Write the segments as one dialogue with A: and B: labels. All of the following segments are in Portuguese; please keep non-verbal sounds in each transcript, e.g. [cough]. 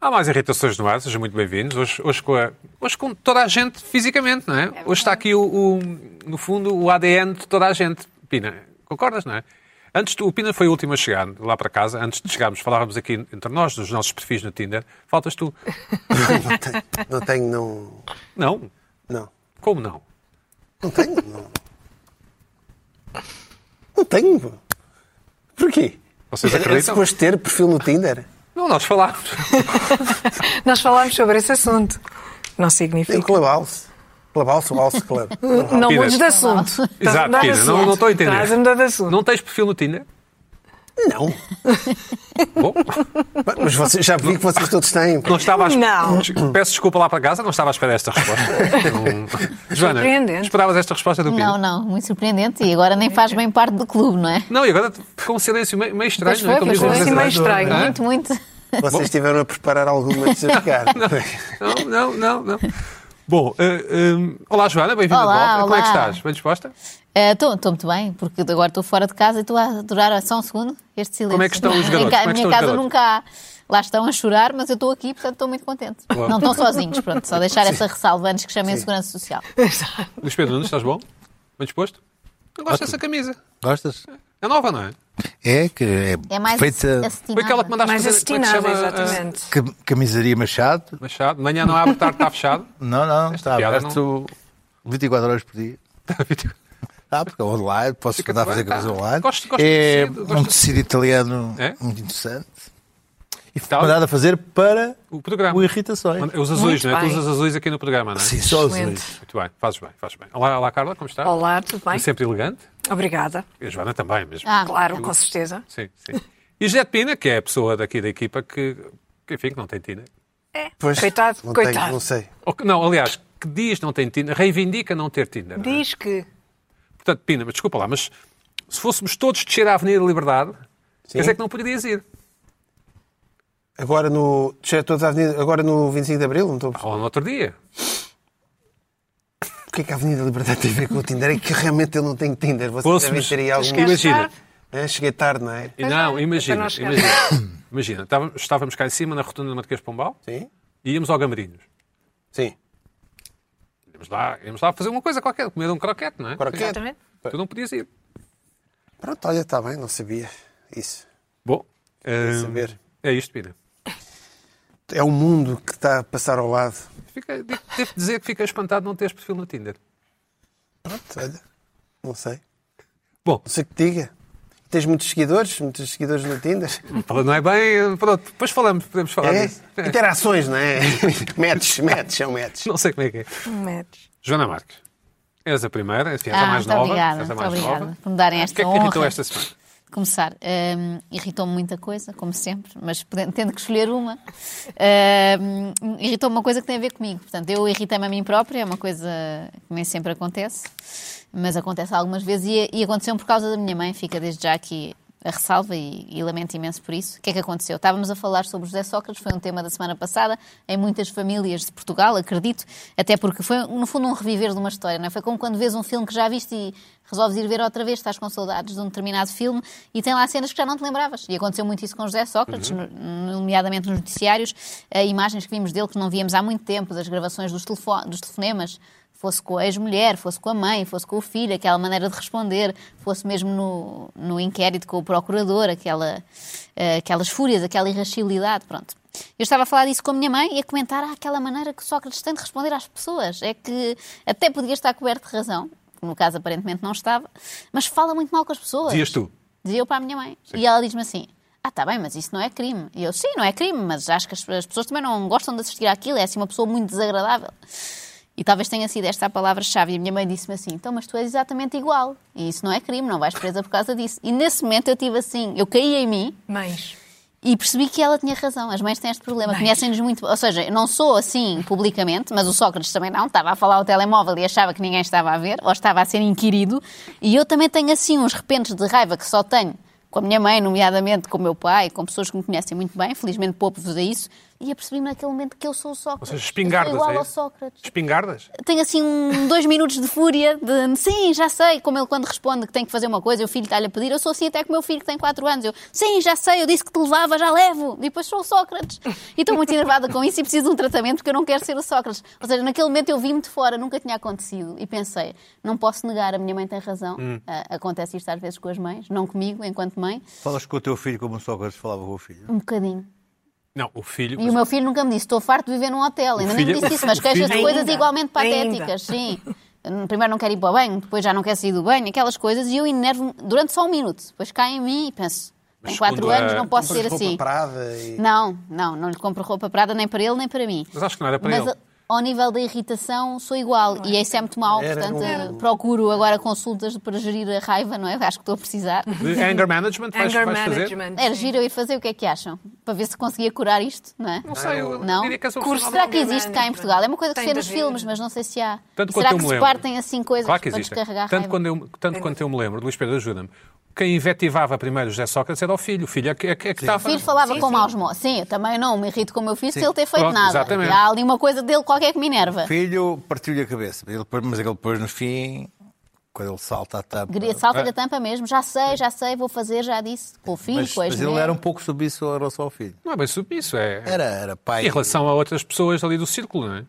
A: Há mais irritações no ar, sejam muito bem-vindos. Hoje, hoje, com a- hoje com toda a gente fisicamente, não é? hoje está aqui, o, o- no fundo, o ADN de toda a gente. Pina, concordas, não é? Antes, tu- o Pina foi o último a chegar lá para casa. Antes de chegarmos, falávamos aqui entre nós dos nossos perfis no Tinder. Faltas tu.
B: Não tenho, não tenho, não.
A: Não.
B: Não,
A: Como não?
B: não tenho, não. Não tenho. pô. Porquê?
A: Vocês
B: É
A: acreditam?
B: suposto ter perfil no Tinder?
A: Não, nós falámos.
C: Nós falámos sobre esse assunto. Não
B: Tem
C: significa.
B: Clubhouse. Clubhouse, o House Club.
C: Não
A: Pina.
C: mudes de assunto. Estás a
A: Exato,
C: mudar de
A: Pina, não,
C: assunto.
A: não estou a entender.
C: Estás a mudar de assunto.
A: Não tens perfil no Tinder?
B: Não.
A: Bom,
B: Mas vocês, já vi que vocês todos têm.
A: não estava à es-
C: Não.
A: Peço desculpa lá para casa, não estava à espera desta
C: [laughs]
A: resposta. Não. Joana,
C: Surpreendente.
A: esperavas esta resposta do Pina?
D: Não, não, muito surpreendente. E agora nem faz bem parte do clube, não é?
A: Não, e agora ficou um silêncio meio, meio estranho,
D: Pois
A: não é?
D: foi,
A: Como
D: pois
A: dizem
D: foi,
A: os
D: assim,
C: meio
A: brasileiros.
C: estranho.
A: Hã?
D: Muito, muito.
B: Vocês estiveram a preparar alguma antes de eu chegar.
A: Não, não, não. [laughs] Bom, eh, eh, olá Joana, bem-vinda de
D: Olá,
A: volta. Como é que
D: olá.
A: estás? Bem disposta?
D: Estou Eh, muito bem, porque agora estou fora de casa e estou a durar só um segundo este silêncio.
A: Como é que estão os garotos?
D: Em ca-
A: Como é que
D: minha
A: estão os
D: casa
A: garotos?
D: nunca há. Lá estão a chorar, mas eu estou aqui, portanto estou muito contente.
A: Boa.
D: Não estão sozinhos, pronto, só deixar essa ressalva antes que chamem a Segurança Social.
A: Luís Pedro Nunes, estás bom? Bem disposto? Eu gosto dessa camisa.
E: Gostas?
A: É nova, não é?
E: É, que é,
D: É mais
E: feita
A: Foi aquela que mandaste
D: acetinada.
C: Mais
A: fazer. como é que se
C: assinada,
A: chama? Eh,
C: exatamente.
E: cam- camisaria Machado.
A: Machado. Manhã não abre, tarde está [laughs] fechado.
E: Não, não, tá,
A: Esta
E: está
A: piada
E: aberto 24 horas por dia. Ah, porque é online, posso
A: Fica
E: mandar
A: bem,
E: fazer
A: tá.
E: coisas online.
A: Gosto- gosto do
E: é
A: tecido,
E: um
A: gosto do-
E: tecido italiano
A: É?
E: muito interessante. E fui
A: Tal.
E: mandado a fazer para
A: O programa.
E: o Irritações.
A: Os azuis,
C: Muito
A: não é? Tu
C: bem.
A: usas azuis aqui no programa, não é?
E: Sim, só os
C: Excelente.
E: dois.
A: Muito bem, fazes bem, fazes bem. Olá, olá Carla, como estás?
C: Olá, tudo bem?
A: Sempre elegante.
C: Obrigada.
A: E a Joana também, mesmo.
D: Ah,
C: Claro, com certeza.
A: Sim, sim. E Jet Pina, que é a pessoa daqui da equipa que, que enfim, que não tem Tinder.
C: É.
B: Pois,
C: coitado,
B: não
C: coitado.
B: Tenho, não sei.
A: Ou que- não, aliás, que diz não tem Tinder, reivindica não ter Tinder. não é?
C: Diz que.
A: Portanto, Pina, mas desculpa lá, mas se fôssemos todos descer à Avenida da Liberdade, quer dizer que não poderias ir.
B: Agora no. já é todos à Avenida- Agora no 25 de Abril, não estou a perceber.
A: Ou no outro dia.
B: O que é que a Avenida Liberdade tem a ver com o Tinder? É que realmente eu não tenho Tinder. Vocês
A: Fôssemos.
B: devem ter aí algum.
C: Esquece.
A: Imagina.
B: É, cheguei tarde, não é?
A: E Não, imagina.
C: nós chegarmos.
A: Imagina, imagina estávamos- estávamos cá em cima na rotunda do Marquês de Pombal
B: Sim.
A: e íamos ao Gamarinhos.
B: Sim.
A: Íamos lá, íamos lá fazer uma coisa qualquer, comer um croquete, não é?
B: Agora o quê?
C: Exatamente.
A: Tu não podias ir.
B: Pronto, olha, está bem, não sabia isso.
A: Bom, hum,
B: saber.
A: é isto, Pina.
B: É o mundo que está a passar ao lado.
A: Fica, de- devo dizer que fiquei espantado de não teres perfil no Tinder.
B: Pronto, olha, não sei.
A: Bom,
B: Não sei o que diga. Tens muitos seguidores, muitos seguidores no Tinder.
A: não é bem. Pronto, depois falamos, podemos falar [laughs]
B: É?
A: disso. É.
B: Interações, não é? [laughs] Matches, matches, são matches.
A: Não sei como é que é.
C: um Metes.
A: Joana Marques, és a primeira, enfim, és a
D: Ah,
A: mais
D: muito
A: nova. és
D: obrigada,
A: a
D: muito
A: mais
D: obrigada
A: nova.
D: por me darem
A: O
D: esta
A: que é que te irritou
D: honra.
A: esta semana?
D: começar. Hum, Irritou-me muita coisa, como sempre, mas [laughs] podendo- tendo que escolher uma, hum, irritou-me uma coisa que tem a ver comigo. Portanto, eu irritei-me a mim própria, é uma coisa que nem sempre acontece, mas acontece algumas vezes e, e aconteceu por causa da minha mãe, fica desde já aqui a ressalva e, e lamento imenso por isso. O que é que aconteceu? Estávamos a falar sobre José Sócrates, foi um tema da semana passada, em muitas famílias de Portugal, acredito, até porque foi, no fundo, um reviver de uma história, não é? Foi como quando vês um filme que já viste e resolves ir ver outra vez, estás com saudades de um determinado filme e tem lá cenas que já não te lembravas. E aconteceu muito isso com José Sócrates, no- nomeadamente nos noticiários, eh, imagens que vimos dele que não víamos há muito tempo, das gravações dos, telefo- dos telefonemas, fosse com a ex-mulher, fosse com a mãe, fosse com o filho, aquela maneira de responder, fosse mesmo no, no inquérito com o procurador, aquela, eh, aquelas fúrias, aquela irascibilidade, pronto. Eu estava a falar disso com a minha mãe e a comentar "Ah, aquela maneira que Sócrates tem de responder às pessoas. É que até podia estar coberto de razão, que no caso aparentemente não estava, mas fala muito mal com as pessoas.
A: Dias tu.
D: Dizia eu para a minha mãe. E ela diz-me assim: Ah, tá bem, mas isso não é crime. E eu, sim, não é crime, mas acho que as, as pessoas também não gostam de assistir àquilo, é assim uma pessoa muito desagradável. E talvez tenha sido esta a palavra-chave. E a minha mãe disse-me assim: Então, mas tu és exatamente igual. E isso não é crime, não vais presa por causa disso. E nesse momento eu tive assim: eu caí em mim
C: Mães.
D: e percebi que ela tinha razão. As mães têm este problema, conhecem-nos muito. Ou seja, eu não sou assim publicamente, mas o Sócrates também não. Estava a falar ao telemóvel e achava que ninguém estava a ver, ou estava a ser inquirido. E eu também tenho assim uns repentes de raiva que só tenho com a minha mãe, nomeadamente com o meu pai, com pessoas que me conhecem muito bem. Felizmente poupo-vos a isso. e apercebi-me naquele momento que eu sou o Sócrates.
A: Ou seja, espingardas,
D: eu sou
A: é
D: igual ao
A: isso?
D: Sócrates.
A: Espingardas?
D: Tenho assim um, dois minutos de fúria, de sim, já sei, como ele quando responde que tem que fazer uma coisa, o filho está-lhe a pedir, eu sou assim até com o meu filho que tem 4 anos, eu sim, já sei, eu disse que te levava, já levo, e depois sou o Sócrates. E estou muito enervada com isso e preciso de um tratamento porque eu não quero ser o Sócrates. Ou seja, naquele momento eu vi-me de fora, nunca tinha acontecido, e pensei, não posso negar, a minha mãe tem razão, Ah, acontece isto às vezes com as mães, não comigo, enquanto mãe,
E: Falas com o teu filho como o Sócrates falava com o filho.
D: um bocadinho.
A: Não, o filho.
D: E o meu filho nunca me disse, estou farto de viver num hotel. Ainda nem me
A: filho-
D: disse
A: [laughs]
D: isso, mas
A: o
D: queixa de
A: filho-
D: coisas
C: Ainda,
D: igualmente
C: ainda.
D: patéticas, sim. Primeiro não quero ir para o banho, depois já não quero sair do banho, aquelas coisas, e eu enervo-me durante só um minuto. Depois cai em mim e penso,
A: Mas
D: tenho quatro
A: quando
D: anos,
A: é-
D: não posso ser
B: roupa
D: assim.
B: parada e...
D: Não, não, não lhe compro roupa parada nem para ele nem para mim.
A: Mas acho que não era para
D: Mas
A: ele.
D: a- ao nível da irritação sou igual e isso é muito mau,
B: Era
D: portanto eh,
B: um-
D: procuro agora consultas para gerir a raiva, não é? Acho que estou a precisar.
A: De anger management, vais,
C: Anger
A: vais fazer?
C: management.
D: Era
C: sim.
D: giro eu ir fazer, o que é que acham? Para ver se conseguia curar isto, não é?
A: Não sei, eu
D: Não?
A: diria que é só
C: Curso
A: um
D: Será
A: fenómeno.
D: que existe cá em Portugal? É uma coisa que se
C: Tem
D: vê
C: de
D: nos
C: haver.
D: filmes, mas não sei se há.
A: Tanto quanto eu
D: Será que
A: me
D: se
A: lembro.
D: partem assim coisas
A: Claro que
D: para
A: existe.
D: descarregar
A: Tanto
D: raiva?
A: quando, eu, tanto quanto eu me lembro, Luís Pedro, ajuda-me. Quem invetivava primeiro José Sócrates era o filho. O filho é que, é que, é que
D: O
A: estava.
D: filho falava com maus modos. Sim, eu também não me irrito com o meu filho se ele ter feito
A: Pronto,
D: nada.
A: exatamente.
D: Há ali uma coisa dele qualquer que me enerva.
E: O filho partiu-lhe a cabeça, mas ele depois, mas é ele depois no fim, quando ele salta a tampa.
D: Gri-
A: Ah.
D: Salta-lhe a tampa mesmo. Já sei, já sei, vou fazer, já disse. Com o filho,
E: Mas,
D: com a
E: mas ele
D: ex-mulher.
E: era um pouco submisso em relação ao filho.
A: Não é bem submisso, é.
E: Era, era pai.
A: Em relação a outras pessoas ali do círculo, não é?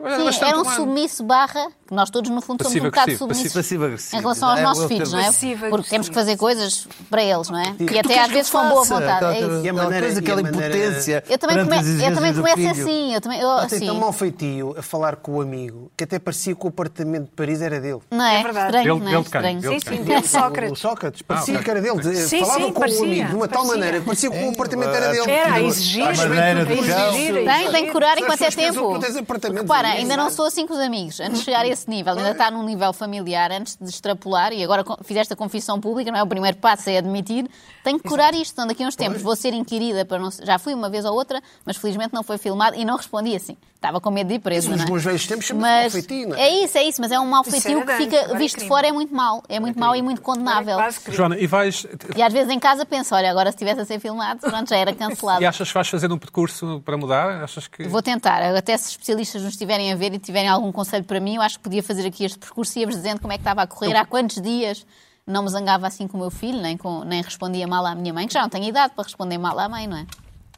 A: Era
D: Sim,
A: bastante
D: era um
A: humano.
D: submisso barra, que nós todos no fundo somos um bocado
A: Passivo-agressivo,
D: submissos
E: passivo-agressivo.
D: em relação aos
E: É,
D: nossos
E: eu
D: filhos, não
E: tenho-
D: é?
C: Passivo-agressivo.
D: Porque temos que fazer coisas para eles, não é? E até
E: queres
D: às vezes
E: que eu
D: com boa
E: faça?
D: vontade.
E: tá Aquela-
D: É isso.
E: aquela-
B: E a maneira- e a
E: coisa, aquela
B: maneira-
E: impotência.
D: Eu também,
E: perante
D: come-
E: as
D: eu também
E: exigências do
D: começo
E: filho.
D: assim. Eu também, eu,
B: Ah, tem
D: sim.
B: tão mau feitio a falar com o amigo que até parecia que o apartamento de Paris era dele.
D: Não é?
C: É verdade.
D: estranho,
A: Ele-
D: não é?
A: ele de quem?
D: estranho.
A: Ele-
C: Sim, sim, dele,
B: O
C: Sócrates.
B: Sócrates parecia
A: ok.
B: que era dele.
C: Sim,
B: Falava
C: sim,
B: com o
C: parecia,
B: amigo de uma tal
C: parecia.
B: maneira que parecia que o apartamento era dele.
C: Era a exigir,
E: A maneira de
C: a exigir.
E: jogar.
D: Tem, tem que curar enquanto é
B: As pessoas pensam
D: tempo.
B: que tu tens apartamentos é
D: Repara,
B: ali,
D: ainda não sou assim com os amigos. Antes de chegar a esse nível, ainda está num nível familiar, antes de extrapolar, e agora co- fizeste a confissão pública, não é? O primeiro passo é admitir. Tenho que curar isto, então daqui a uns tempos vou ser inquirida para não se- Já fui uma vez ou outra, mas felizmente não foi filmado e não respondi assim. Estava com medo de ir presa, não
B: Nos
D: é?
B: bons velhos tempos chamava-se mau
D: Mas
B: feitio, não
D: é isso, é isso, mas é um mau feitio
C: era
D: que
C: antes,
D: fica
C: agora é
D: visto de
C: crime.
D: fora é muito mau. É muito mau e muito condenável.
C: Quase que-
A: Joana, e vais.
D: E às vezes em casa penso, olha, agora se estivesse a ser filmado, pronto, já
A: [laughs]
D: era cancelado.
A: E achas que vais fazer um percurso para mudar? Achas que.
D: Vou tentar. Até se especialistas nos estiverem a ver e tiverem algum conselho para mim, eu acho que podia fazer aqui este percurso e ia-vos dizendo como é que estava a correr, há quantos dias não me zangava assim com o meu filho, nem, com- nem respondia mal à minha mãe, que já não tenho idade para responder mal à mãe, não é?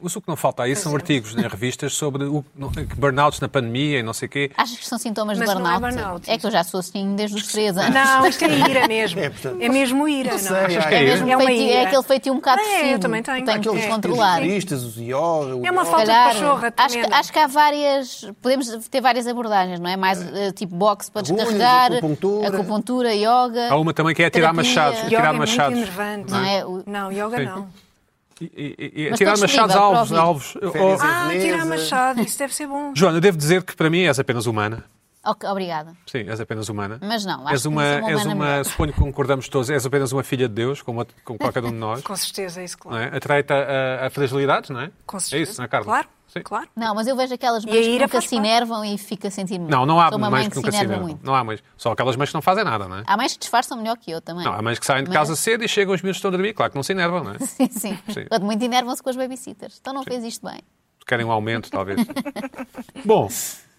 A: Mas O que não falta aí são artigos em revistas sobre o, no- burnouts na pandemia e não sei o quê.
D: Achas que são sintomas
C: Mas
D: de
C: não é
D: burnout?
C: burnout.
D: É que eu já sou assim desde os 13 anos.
C: Não, isto é ira mesmo.
B: É, portanto,
C: É mesmo ira, não
B: sei, acho
A: que é
D: É, mesmo
C: É uma
D: feitio- é
C: ira.
D: aquele feitio um bocado
C: É, eu
D: fedido.
C: também tenho.
D: que tenho
B: Aqueles
D: que
C: É.
D: controlar.
B: turistas, os ioga, o
C: É uma
B: yoga.
C: falta- de
D: Calhar,
C: pachorra
D: acho, que,
C: tremenda.
D: acho que há várias. Podemos ter várias abordagens, não é? Mais eh, tipo boxe para
B: Agulhas,
D: descarregar,
B: acupuntura.
D: acupuntura, yoga.
A: Há uma também que é atirar
D: Terapia.
A: machados.
D: Yoga
A: Atirar
C: Yoga é muito
A: machados.
C: enervante.
D: Não é? O-
C: Não, yoga
A: Sim.
C: não.
A: E, e- e
D: Mas
A: atirar machados
D: estou disponível para
A: alvos.
D: ouvir.
A: alvos.
B: Férias
A: Oh,
C: Ah,
B: Veneza.
C: tirar machado, isso deve ser bom.
A: Joana, devo dizer que para mim és apenas humana.
D: Ok, obrigada.
A: Sim, és apenas humana.
D: Mas não, acho
A: és
D: que
A: uma,
D: sou uma
A: és
D: humana
A: uma-
D: melhor.
A: suponho que concordamos todos, és apenas uma filha de Deus, como, outro- como qualquer um de nós.
C: Com certeza, é isso,
A: não
C: claro.
A: é? Atreita a, a fragilidades, não é?
C: Com
A: É
C: certeza.
A: isso, não é, Carla?
C: Claro,
A: Sim.
C: claro.
D: Não, mas eu vejo aquelas mães
C: a
D: que
C: ira
D: nunca
C: faz
D: se
C: parte.
D: enervam e fica a sentir mal.
A: Não, não há
D: Sou uma
A: mães
D: mãe
A: que nunca se
D: enerva
A: enervam.
D: muito.
A: Não há mães. Só aquelas mães que não fazem nada, não é?
D: Há mães que disfarçam melhor que eu também.
A: Não,
D: [laughs]
A: há mães que saem de casa cedo e chegam os miúdos estão a dormir. Claro que não se enervam, não é?
D: Sim, sim.
A: Sim.
D: Quando muito enervam-se com as babysitters. Então não fez isto bem.
A: Querem um aumento,
D: [laughs]
A: talvez. Bom,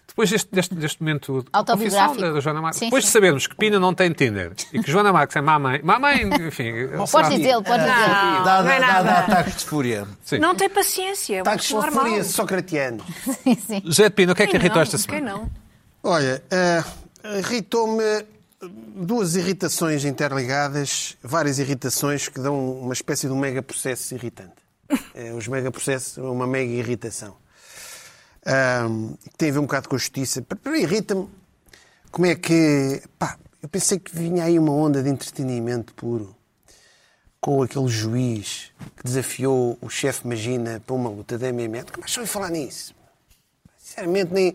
A: depois deste, deste, deste momento de
D: Autobiográfico.
A: confissão da, da Joana Marques,
D: Sim,
A: depois de
D: sim.
A: sabermos que Pina não tem Tinder e que Joana Marques é mamãe, mamãe, enfim,
D: Podes dizê-lo, podes dizê-lo.
C: Não,
E: Dá,
C: não é
E: dá, dá, dá
C: nada.
E: ataques de fúria.
A: Sim.
C: Não tem paciência, é muito
B: Ataques de
C: normal.
B: fúria socratiano.
D: Sim, sim.
A: José de Pina, o que é que
C: Quem
A: irritou
C: não?
A: esta semana?
C: Quem não?
B: Olha, ah, irritou-me duas irritações interligadas, várias irritações que dão uma espécie de um mega processo irritante. [laughs] Eh, Os mega processos, uma mega irritação. Ah, que tem a ver um bocado com a justiça. Primeiro irrita-me como é que. Pá, eu pensei que vinha aí uma onda de entretenimento puro com aquele juiz que desafiou o chefe Magina para uma luta de MMA. Como é que só ia falar nisso? Sinceramente, nem.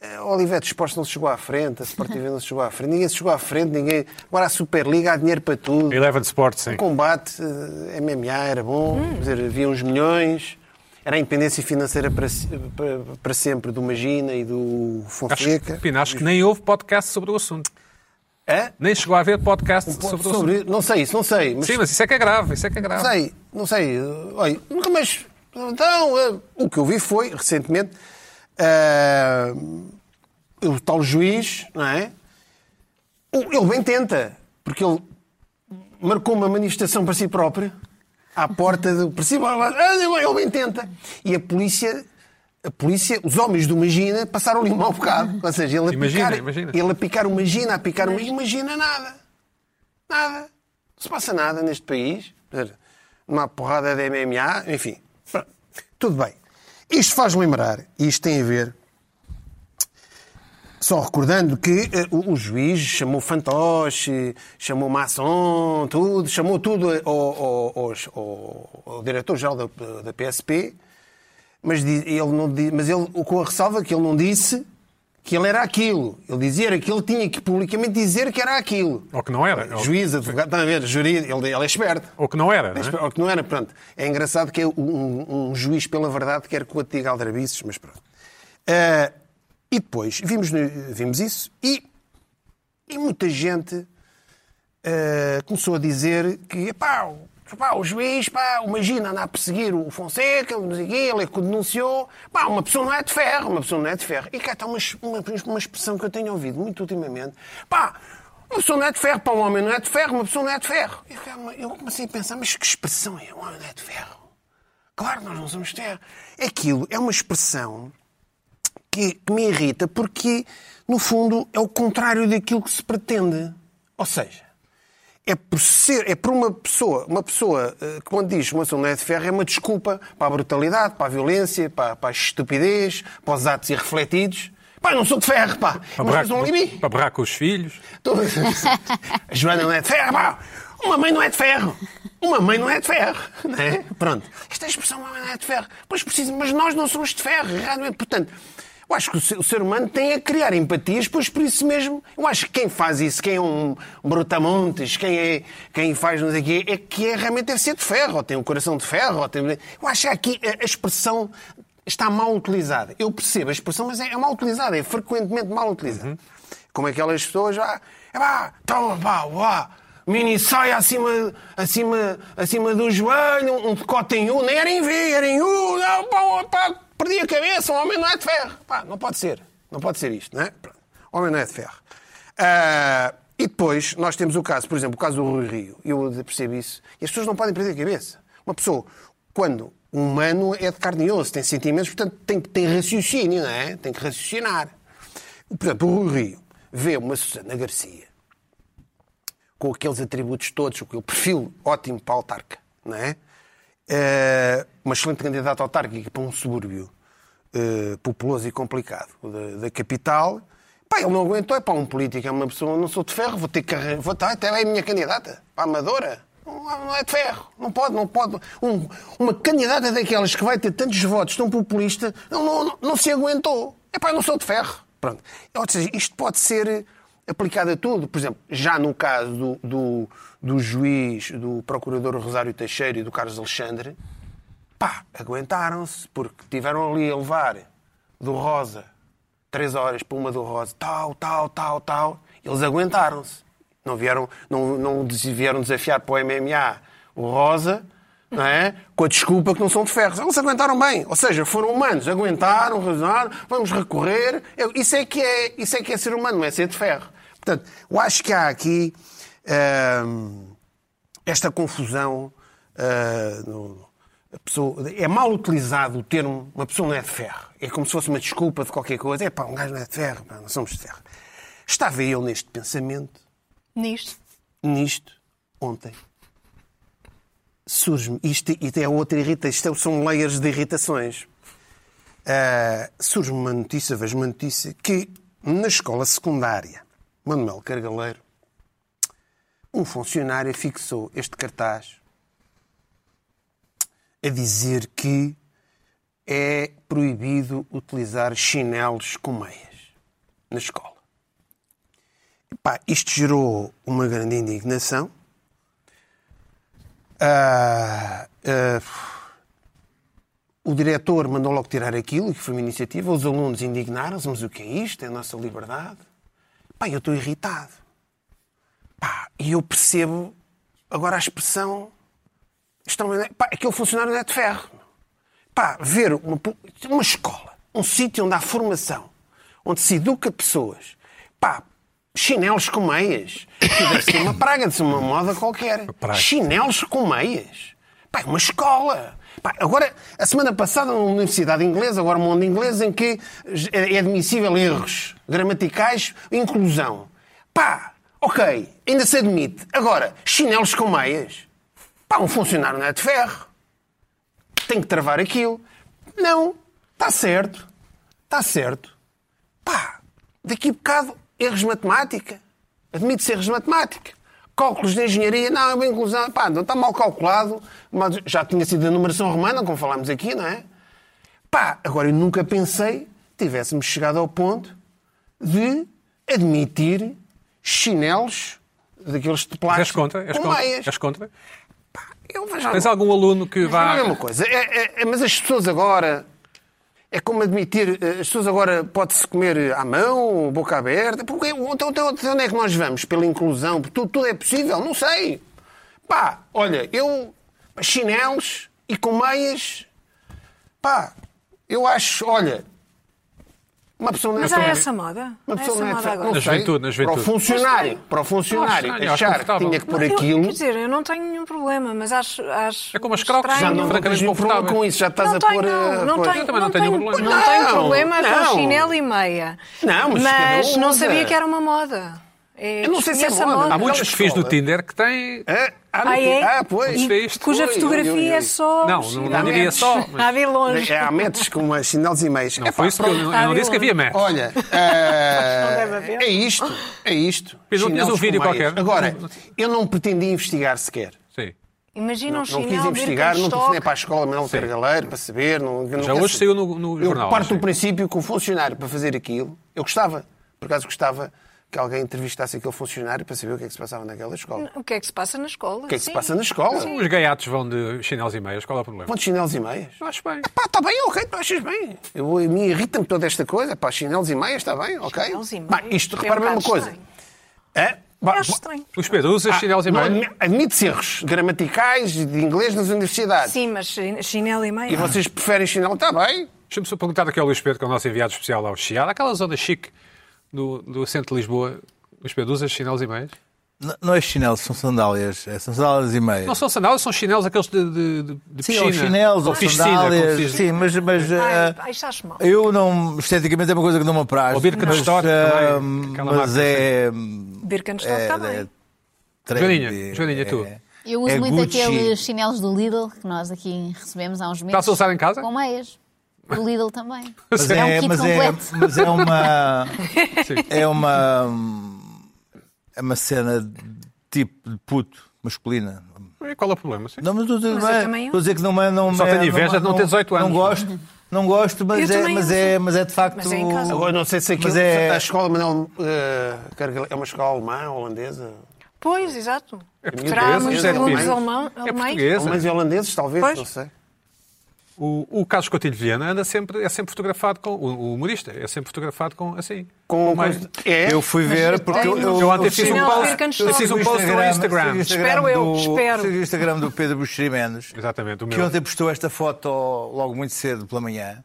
B: eh, Olivetti Esportes não se chegou à frente, a Sport TV não se chegou à frente, ninguém se chegou à frente, ninguém. Agora a Superliga há dinheiro para tudo.
A: Eleven Sports,
B: O
A: sim.
B: combate eh, MMA era bom,
A: Hum.
B: quer dizer, havia uns milhões, era a independência financeira para, se- para- para sempre do Magina e do
A: Acho,
B: Fonseca.
A: Pina, acho que nem houve podcast sobre o assunto.
B: Hã?
A: Nem chegou a haver podcast sobre o assunto.
B: Sobre- não sei isso, não sei. Mas
A: Sim, mas isso é que é grave, isso é que é grave.
B: Não sei, não sei. Olha, nunca mais Então, eh, o que eu vi foi, recentemente, eh, o tal juiz, não é? O- Ele bem tenta, porque ele marcou uma manifestação para si próprio, à porta do. Para si, Ah, ele bem tenta. E a polícia. A polícia, os homens do Magina passaram-lhe um mau bocado. Ou seja, ele a
A: Imagina,
B: picar,
A: imagina.
B: ele a picar o Magina, a picar o Magina, imagina nada. Nada. Não se passa nada neste país. Quer dizer, Não há porrada de MMA, enfim. Pronto. Tudo bem. Isto faz lembrar, e isto tem a ver, só recordando que eh, o, o juiz chamou fantoche, chamou maçom, tudo, chamou tudo ao, ao- aos- ao- ao diretor-geral da, da PSP, mas, di- ele não, di- mas ele, com a ressalva que ele não disse que ele era aquilo. Ele dizia era que ele tinha que publicamente dizer que era aquilo.
A: Ou que não era. Ou,
B: Juiz, advogado, está a ver, jurídico, ele, ele é esperto.
A: ou que não era,
B: É
A: não é?
B: esperto, ou que não era, pronto. É engraçado que é um, um- um juiz pela verdade quer que o outro diga aldrabices, mas pronto. Ah, e depois vimos, no- vimos isso e, e muita gente ah, começou a dizer que pá, o- pá, o juiz, pá, imagina andar a perseguir o Fonseca, não sei o quê, ele é que o denunciou. Pá, uma pessoa não é de ferro, uma pessoa não é de ferro. E cá está uma, ex- uma, uma expressão que eu tenho ouvido muito ultimamente. Pá, uma pessoa não é de ferro, para um homem não é de ferro, uma pessoa não é de ferro. E eu- eu comecei a pensar, mas que expressão é? Um homem não é de ferro. Claro, nós não somos terra. Aquilo é uma expressão que, que me irrita porque, no fundo, é o contrário daquilo que se pretende. Ou seja, é por, ser, é por uma pessoa, uma pessoa eh, que quando diz uma pessoa não é de ferro é uma desculpa para a brutalidade, para a violência, para, para a estupidez, para os atos irrefletidos. Pá, eu não sou de ferro, pá.
A: Para
B: Mas
A: berrar,
B: tens um limite.
A: para berrar com os filhos.
B: Tô- A Joana não é de ferro, pá. Uma mãe não é de ferro. Uma mãe não é de ferro. Não é? Pronto. Esta expressão, uma mãe não é de ferro. Pois precisa, mas nós não somos de ferro. errado. Portanto, eu acho que o ser, o ser humano tem a criar empatias, pois por isso mesmo. Eu acho que quem faz isso, quem é um brutamontes, quem, é, quem faz não sei o quê, é que é, realmente deve ser de ferro, ou tem um coração de ferro. Ou tem... Eu acho que aqui a, a expressão está mal utilizada. Eu percebo a expressão, mas é, é mal utilizada, é frequentemente mal utilizada. Como aquelas pessoas, ah, é pá, toma, pá, uá, mini saia acima, acima, acima do joelho, um decote em U, nem era em V, era em U, não, pá, ó, pá, perdi a cabeça, um homem não é de ferro. Pá, não pode ser, não pode ser isto, não é? Pronto. Homem não é de ferro. Ah, e depois nós temos o caso, por exemplo, o caso do Rui Rio, eu percebo isso, e as pessoas não podem perder a cabeça. Uma pessoa, quando um humano é de carne e osso, tem sentimentos, portanto tem, que- tem raciocínio, não é? Tem que raciocinar. Por exemplo, o Rui Rio vê uma Susana Garcia com aqueles atributos todos, com aquele perfil ótimo para autarca, não é? Eh, uma excelente candidata autárquica para um subúrbio eh, populoso e complicado da, da capital. Pá, ele não aguentou, é para um político, é uma pessoa, não sou de ferro, vou ter que arran- vou estar, até é a minha candidata, para a Amadora. Não, há- não é de ferro, não pode, não pode. Um- uma candidata daquelas que vai ter tantos votos, tão populista, não, não, não, não se aguentou. É pá, eu não sou de ferro. Pronto. Ou seja, isto pode ser aplicado a tudo. Por exemplo, já no caso do, do, do juiz, do procurador Rosário Teixeira e do Carlos Alexandre, pá, aguentaram-se, porque tiveram ali a levar do Rosa três horas para uma do Rosa, tal, tal, tal, tal. Eles aguentaram-se. Não vieram, não, não des- vieram desafiar para o MMA o Rosa, não é? Com a desculpa que não são de ferro. Eles aguentaram bem. Ou seja, foram humanos, aguentaram, razonaram, vamos recorrer. Eu- Isso é que é, isso é que é ser humano, não é ser de ferro. Portanto, eu acho que há aqui. hum, esta confusão ah, no- a pessoa- é mal utilizado o termo uma pessoa não é de ferro. É como se fosse uma desculpa de qualquer coisa. É pá, um gajo não é de ferro, pá, não somos de ferro. Estava eu neste pensamento,
C: Nisto.
B: nisto, ontem. Surge-me, isto, isto é outra irrita, isto são layers de irritações. Ah, surge-me uma notícia, vejo uma notícia, que na escola secundária, Manuel Cargaleiro, um funcionário fixou este cartaz a dizer que é proibido utilizar chinelos com meias na escola. Epá, isto gerou uma grande indignação. Ah, ah, o diretor mandou logo tirar aquilo, que foi uma iniciativa. Os alunos indignaram-se, mas o que é isto? É a nossa liberdade. Pá, eu estou irritado. Pá, e eu percebo um agora a expressão. Estão, pá, aquele funcionário não é de é ferro. Pá, ver uma, pu- uma escola, um sítio onde há formação, onde se educa pessoas, pá, chinelos com meias, que deve ser uma praga, deve ser uma moda qualquer.
A: praga.
B: Chinelos com meias. Pá, é uma escola. Pá, agora, a semana passada, numa universidade inglesa, agora um mundo inglês, em que é é admissível erros gramaticais, inclusão. Pá, ok, ainda se admite. Agora, chinelos com meias. Pá, um funcionário não é de ferro tem que travar aquilo. Não, está certo, está certo. Pá, daqui a bocado, erros de matemática. Admite-se erros de matemática. Cálculos de engenharia, não, é uma inclusão. Pá, não está mal calculado, mas já tinha sido a numeração romana, como falámos aqui, não é? Pá, agora eu nunca pensei que tivéssemos chegado ao ponto de admitir chinelos daqueles de plástico
A: És contra? És
B: com
A: contra?
B: meias.
A: És contra?
B: Eu vejo
A: Tens
B: alguma-
A: algum aluno que
B: mas não é a
A: vá.
B: mesma coisa. É- é- é- mas as pessoas agora. É como admitir. eh, As pessoas agora pode-se comer à mão, boca aberta. Porque, então, então, então onde é que nós vamos? Pela inclusão? Por Tudo, tudo é possível? Não sei. Pá, olha, eu. Chinelos e com meias. Pá, eu acho. Olha. Uma pessoa não é
C: Mas
B: tão-
C: há essa moda? Há
B: uma pessoa
C: essa
B: não é de facto-
C: moda
B: não
C: agora?
A: Na
B: sei.
A: juventude, na
B: Para o
A: juventude.
B: funcionário, para o
A: Eu
B: funcionário
A: acho é
B: achar que
A: confortável.
B: tinha que pôr
C: Eu-
B: aquilo.
C: Quer dizer, eu não tenho nenhum problema, mas acho. acho
A: É como as crocs,
B: Já
C: estranho.
B: não,
A: Francamente
B: tens nenhum problema
A: confortável.
B: com isso, já estás
C: não
B: a
C: tenho,
B: pôr. eh,
C: não,
B: pois.
C: tenho,
A: Eu também não tenho nenhum problema.
C: Não tenho
B: Não,
C: problema
B: não.
C: com chinelo e meia.
B: Não, mas cada um
C: não
B: usa.
C: sabia que era uma moda. É,
B: Eu não sei se é
C: essa
B: moda.
A: Há muitos
B: Aquela
A: perfis do
B: escola.
A: Tinder que têm.
B: Ah, ah,
C: Ah, é?
B: ah, pois.
A: Vamos ver isto.
C: Cuja
B: Ui,
C: fotografia
B: ui, ui, ui.
C: é só.
A: Não, não, é não diria [laughs] só.
C: Há
A: Mas
C: de ir Ah, longe.
B: É, há metros com umas chinelos e meios.
A: não foi isso que eu, eu não disse que havia um match.
B: Olha, eh,
C: deve haver.
B: é isto. É isto.
A: Pedro, não tinhas um
B: Chinelos com
A: vídeo
B: meias.
A: qualquer?
B: Agora, eu não pretendi investigar sequer.
A: Sim.
C: Imagina um
B: Não
C: chinelo.
B: quis
C: vir com
B: investigar, não telefonei
C: estoque.
B: para a escola Manuel Cargaleiro para saber. Não, não
A: Já
B: quero
A: hoje
B: saber.
A: saiu no, no
B: Eu
A: jornal.
B: parto
A: sim.
B: do princípio que o funcionário, para fazer aquilo, eu gostava, por acaso gostava que alguém entrevistasse aquele funcionário para saber o que é que se passava naquela escola.
C: O que é que se passa na escola?
B: O que é que se
C: Sim.
B: passa na escola?
A: Os gaiatos vão de chinelos e meias, qual é o problema?
B: Vão de chinelos e meias?
A: Eu acho bem.
B: Pá, está bem, ok, tu achas bem. Eu, a mim irrita-me toda esta coisa. Pá, chinelos e meias, está bem, ok.
C: Chinelos e meias.
B: Pá, isto,
C: É um
B: repara bem uma
C: bocado
B: coisa.
C: estranho.
B: É, pá,
C: Acho estranho.
A: Os Pedro, usas Ah, chinelos e
B: Ah, não é-
A: meias?
B: admi- Admite-se erros gramaticais de inglês nas universidades.
C: Sim, mas chin- chinelo e meia.
B: E vocês preferem chinelo, está bem.
A: Deixa-me só perguntar aqui ao Luís Pedro, que é o nosso enviado especial ao Chiado, aquela zona chique do, do centro de Lisboa. Luís Pedro, usas chinelos e meias?
E: N- Não é chinelos, são sandálias. É, são sandálias e meias.
A: Não são sandálias, são chinelos aqueles de, de, de- de
E: Sim,
A: piscina.
E: ou chinelos, ou
A: piscina, como se
E: sandálias.
A: diz.
E: Sim, mas. mas
C: Ai,
E: ah,
C: pá, isto acho mal.
E: eu não. Esteticamente é uma coisa que não me apraz.
A: Ou Birkenstock
E: mas,
A: também,
E: ah,
A: aquela
E: mas
A: marca,
E: é.
C: Birkenstock está bem.
E: trendy,
A: Joaninha, Joaninha,
E: é-
A: tu?
D: Eu uso
E: é
D: muito
E: Gucci.
D: aqueles chinelos do Lidl que nós aqui recebemos há uns meses.
A: Está-se a usar em casa?
D: Com meias. Do Lidl também.
E: Mas
D: É um
E: é,
D: kit
E: mas é,
D: completo.
E: mas é uma.
A: Sim.
E: É uma. É uma cena de tipo de puto, masculina.
A: E Qual é o problema? Sim.
E: Não, mas estou a dizer,
C: Mas
E: não
C: eu
E: é-
C: também
E: estou a dizer que não é. Não
A: Só
E: é-
A: tenho inveja de não ter 18 anos.
E: Não gosto, não gosto mas,
C: Eu
E: é,
C: também
E: mas,
C: não
E: é,
C: sei.
E: mas é de facto.
C: Mas é em casa.
B: Agora, não sei se aquilo,
E: Mas é-
B: a escola Manuel eh, Cargaleiro é uma escola alemã, holandesa.
C: Pois, exato.
A: É
C: Terá
A: portuguesa,
C: muitos
A: José
B: alemães,
C: alunos
A: Pires.
C: alemão-
A: É
C: alemães.
A: portuguesa.
B: Alemães e holandeses, talvez,
C: Pois.
B: não sei.
A: O, o Carlos Coutinho de Viana anda sempre, é sempre fotografado com... O, o humorista é sempre fotografado com assim.
B: Com,
A: mais-
B: com- é,
E: Eu fui ver porque eu,
A: Eu ontem fiz um
C: Não,
A: post,
C: Birkenstock.
A: eu fiz um post no Instagram.
C: Espero eu, espero.
E: Segui o Instagram do Pedro Buxerimenos.
A: Exatamente, o
E: que
A: meu.
E: ontem postou esta foto logo muito cedo pela manhã,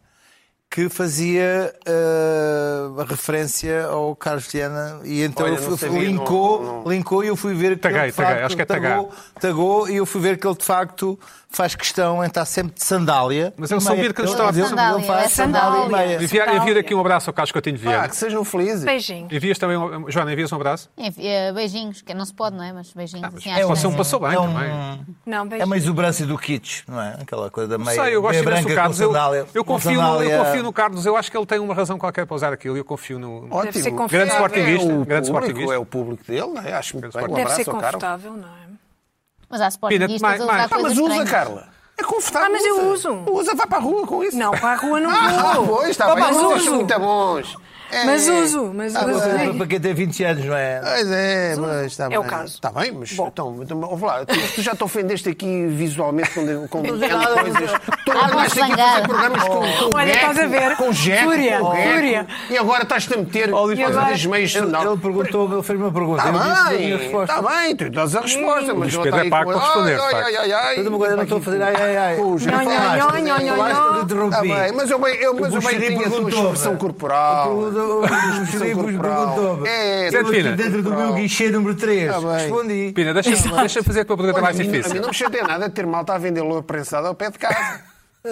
E: que fazia eh, a referência ao Carlos Viana e então
B: Olha,
E: eu fui-
B: não sabia,
E: linkou,
B: não-
E: linkou e eu fui ver que
A: Taguei,
E: ele de
A: taguei,
E: facto
A: acho que é
E: tagou, tagou e eu fui ver que ele de facto faz questão em estar sempre de sandália.
A: Mas ele
E: e
A: só
E: meia.
A: vir que ele estava-
E: ele
D: Sandália, é
E: faz sandália e
D: sandália.
E: meia.
A: Enviar, enviar aqui um abraço ao Carlos Coutinho de
B: pá,
A: Viana.
E: Ah,
B: que sejam felizes.
C: Beijinho.
A: Envias também, um- Joana, envias um abraço?
D: Enfim, eh, beijinhos, que não se pode, não é? Mas beijinhos.
A: mas
D: assim,
A: é
D: às
A: você um
D: vezes.
A: passou bem
E: É um-
A: também.
C: Não,
E: É
C: beijo.
E: uma exuberância do kitsch, não é? Aquela coisa da meia,
A: Sei, eu gosto
E: meia
A: imenso
E: branca
A: do
E: com
A: Carlos. Eu,
E: sandália.
A: eu
E: com
A: confio no, eu
E: sandália-
A: confio no Carlos. Eu acho que ele tem uma razão qualquer para usar aquilo. Eu confio no.
B: Ótimo.
C: Deve ser
A: Grande
C: confortável.
A: sportinguista.
B: É
A: grande
B: o público,
A: sportinguista.
B: É o público dele, não é? Acho muito bem. Um
A: sportinguista.
C: Deve
B: abraço
C: ser
B: ao Carlos.
C: confortável, não é?
D: Mas há sportinguistas
A: Pina, mais-
D: a usar
A: mais.
B: Ah,
D: coisas
B: mas usa,
D: estranhas.
B: Carla. É confortável.
C: Ah, mas eu
B: usa.
C: uso.
B: Usa, vai para a rua com isso.
C: Não, para a rua
B: [laughs]
C: não
B: Ah,
C: vou.
B: pois, está
C: Vá
B: bem.
C: para a
B: Mas
C: rua.
B: vocês são muito bons. É.
C: Mas uso, mas
E: Ah,
C: uso.
E: para- para quem tem 20 anos, não é?
B: Pois é, mas está
C: é
B: bem.
C: o caso.
B: Está bem, mas então, então ouve lá, tu, tu já te ofendeste aqui visualmente com, com
C: [laughs] nada,
B: com coisas. Tu
D: Ah, vou
B: vais ter que
D: zangar.
B: fazer programas com, com
C: Olha,
B: o Gecko,
C: estás a ver?
B: Com o Gecko,
C: Fúria,
B: com o Gecko.
C: fúria.
B: E agora estás-te a meter
E: Ó, Luís,
B: por causa
C: agora?
B: dos meios
E: Ele,
B: não.
E: ele perguntou, ele fez uma pergunta.
A: Tá
B: Está
E: eu disse a
B: Tá bem,
E: minha resposta.
B: está bem, tu dás a resposta,
A: Luís
B: mas eu
A: Hum, Pedro
B: estou
A: é
B: aí
A: pago
B: com-
A: para responder,
B: Ai,
A: de
B: ai, ai, ai.
E: Mas uma coisa, eu não estou a fazer ai, ai, ai.
B: Cujo.
E: Não
B: Nho, nho,
E: falaste,
C: nho, nho,
E: falaste,
C: nho.
E: eu
B: Está
E: interrompi.
B: Tá bem, mas eu bem, eu, mas eu bem
E: Buxeri
B: tenho a tua
E: perguntou,
B: expressão
E: né?
B: corporal.
E: O
A: [laughs]
E: Buxeri vos
B: corporal.
E: perguntou.
B: É,
E: Estou aqui
A: Pina.
E: dentro do meu guichê número 3.
B: Tá bem.
E: Respondi.
A: Pina, deixa-me deixa fazer com a pergunta mais
B: a, mim, a mim
A: difícil.
B: não me chateia nada de ter malta a vender loura prensada ao pé de casa.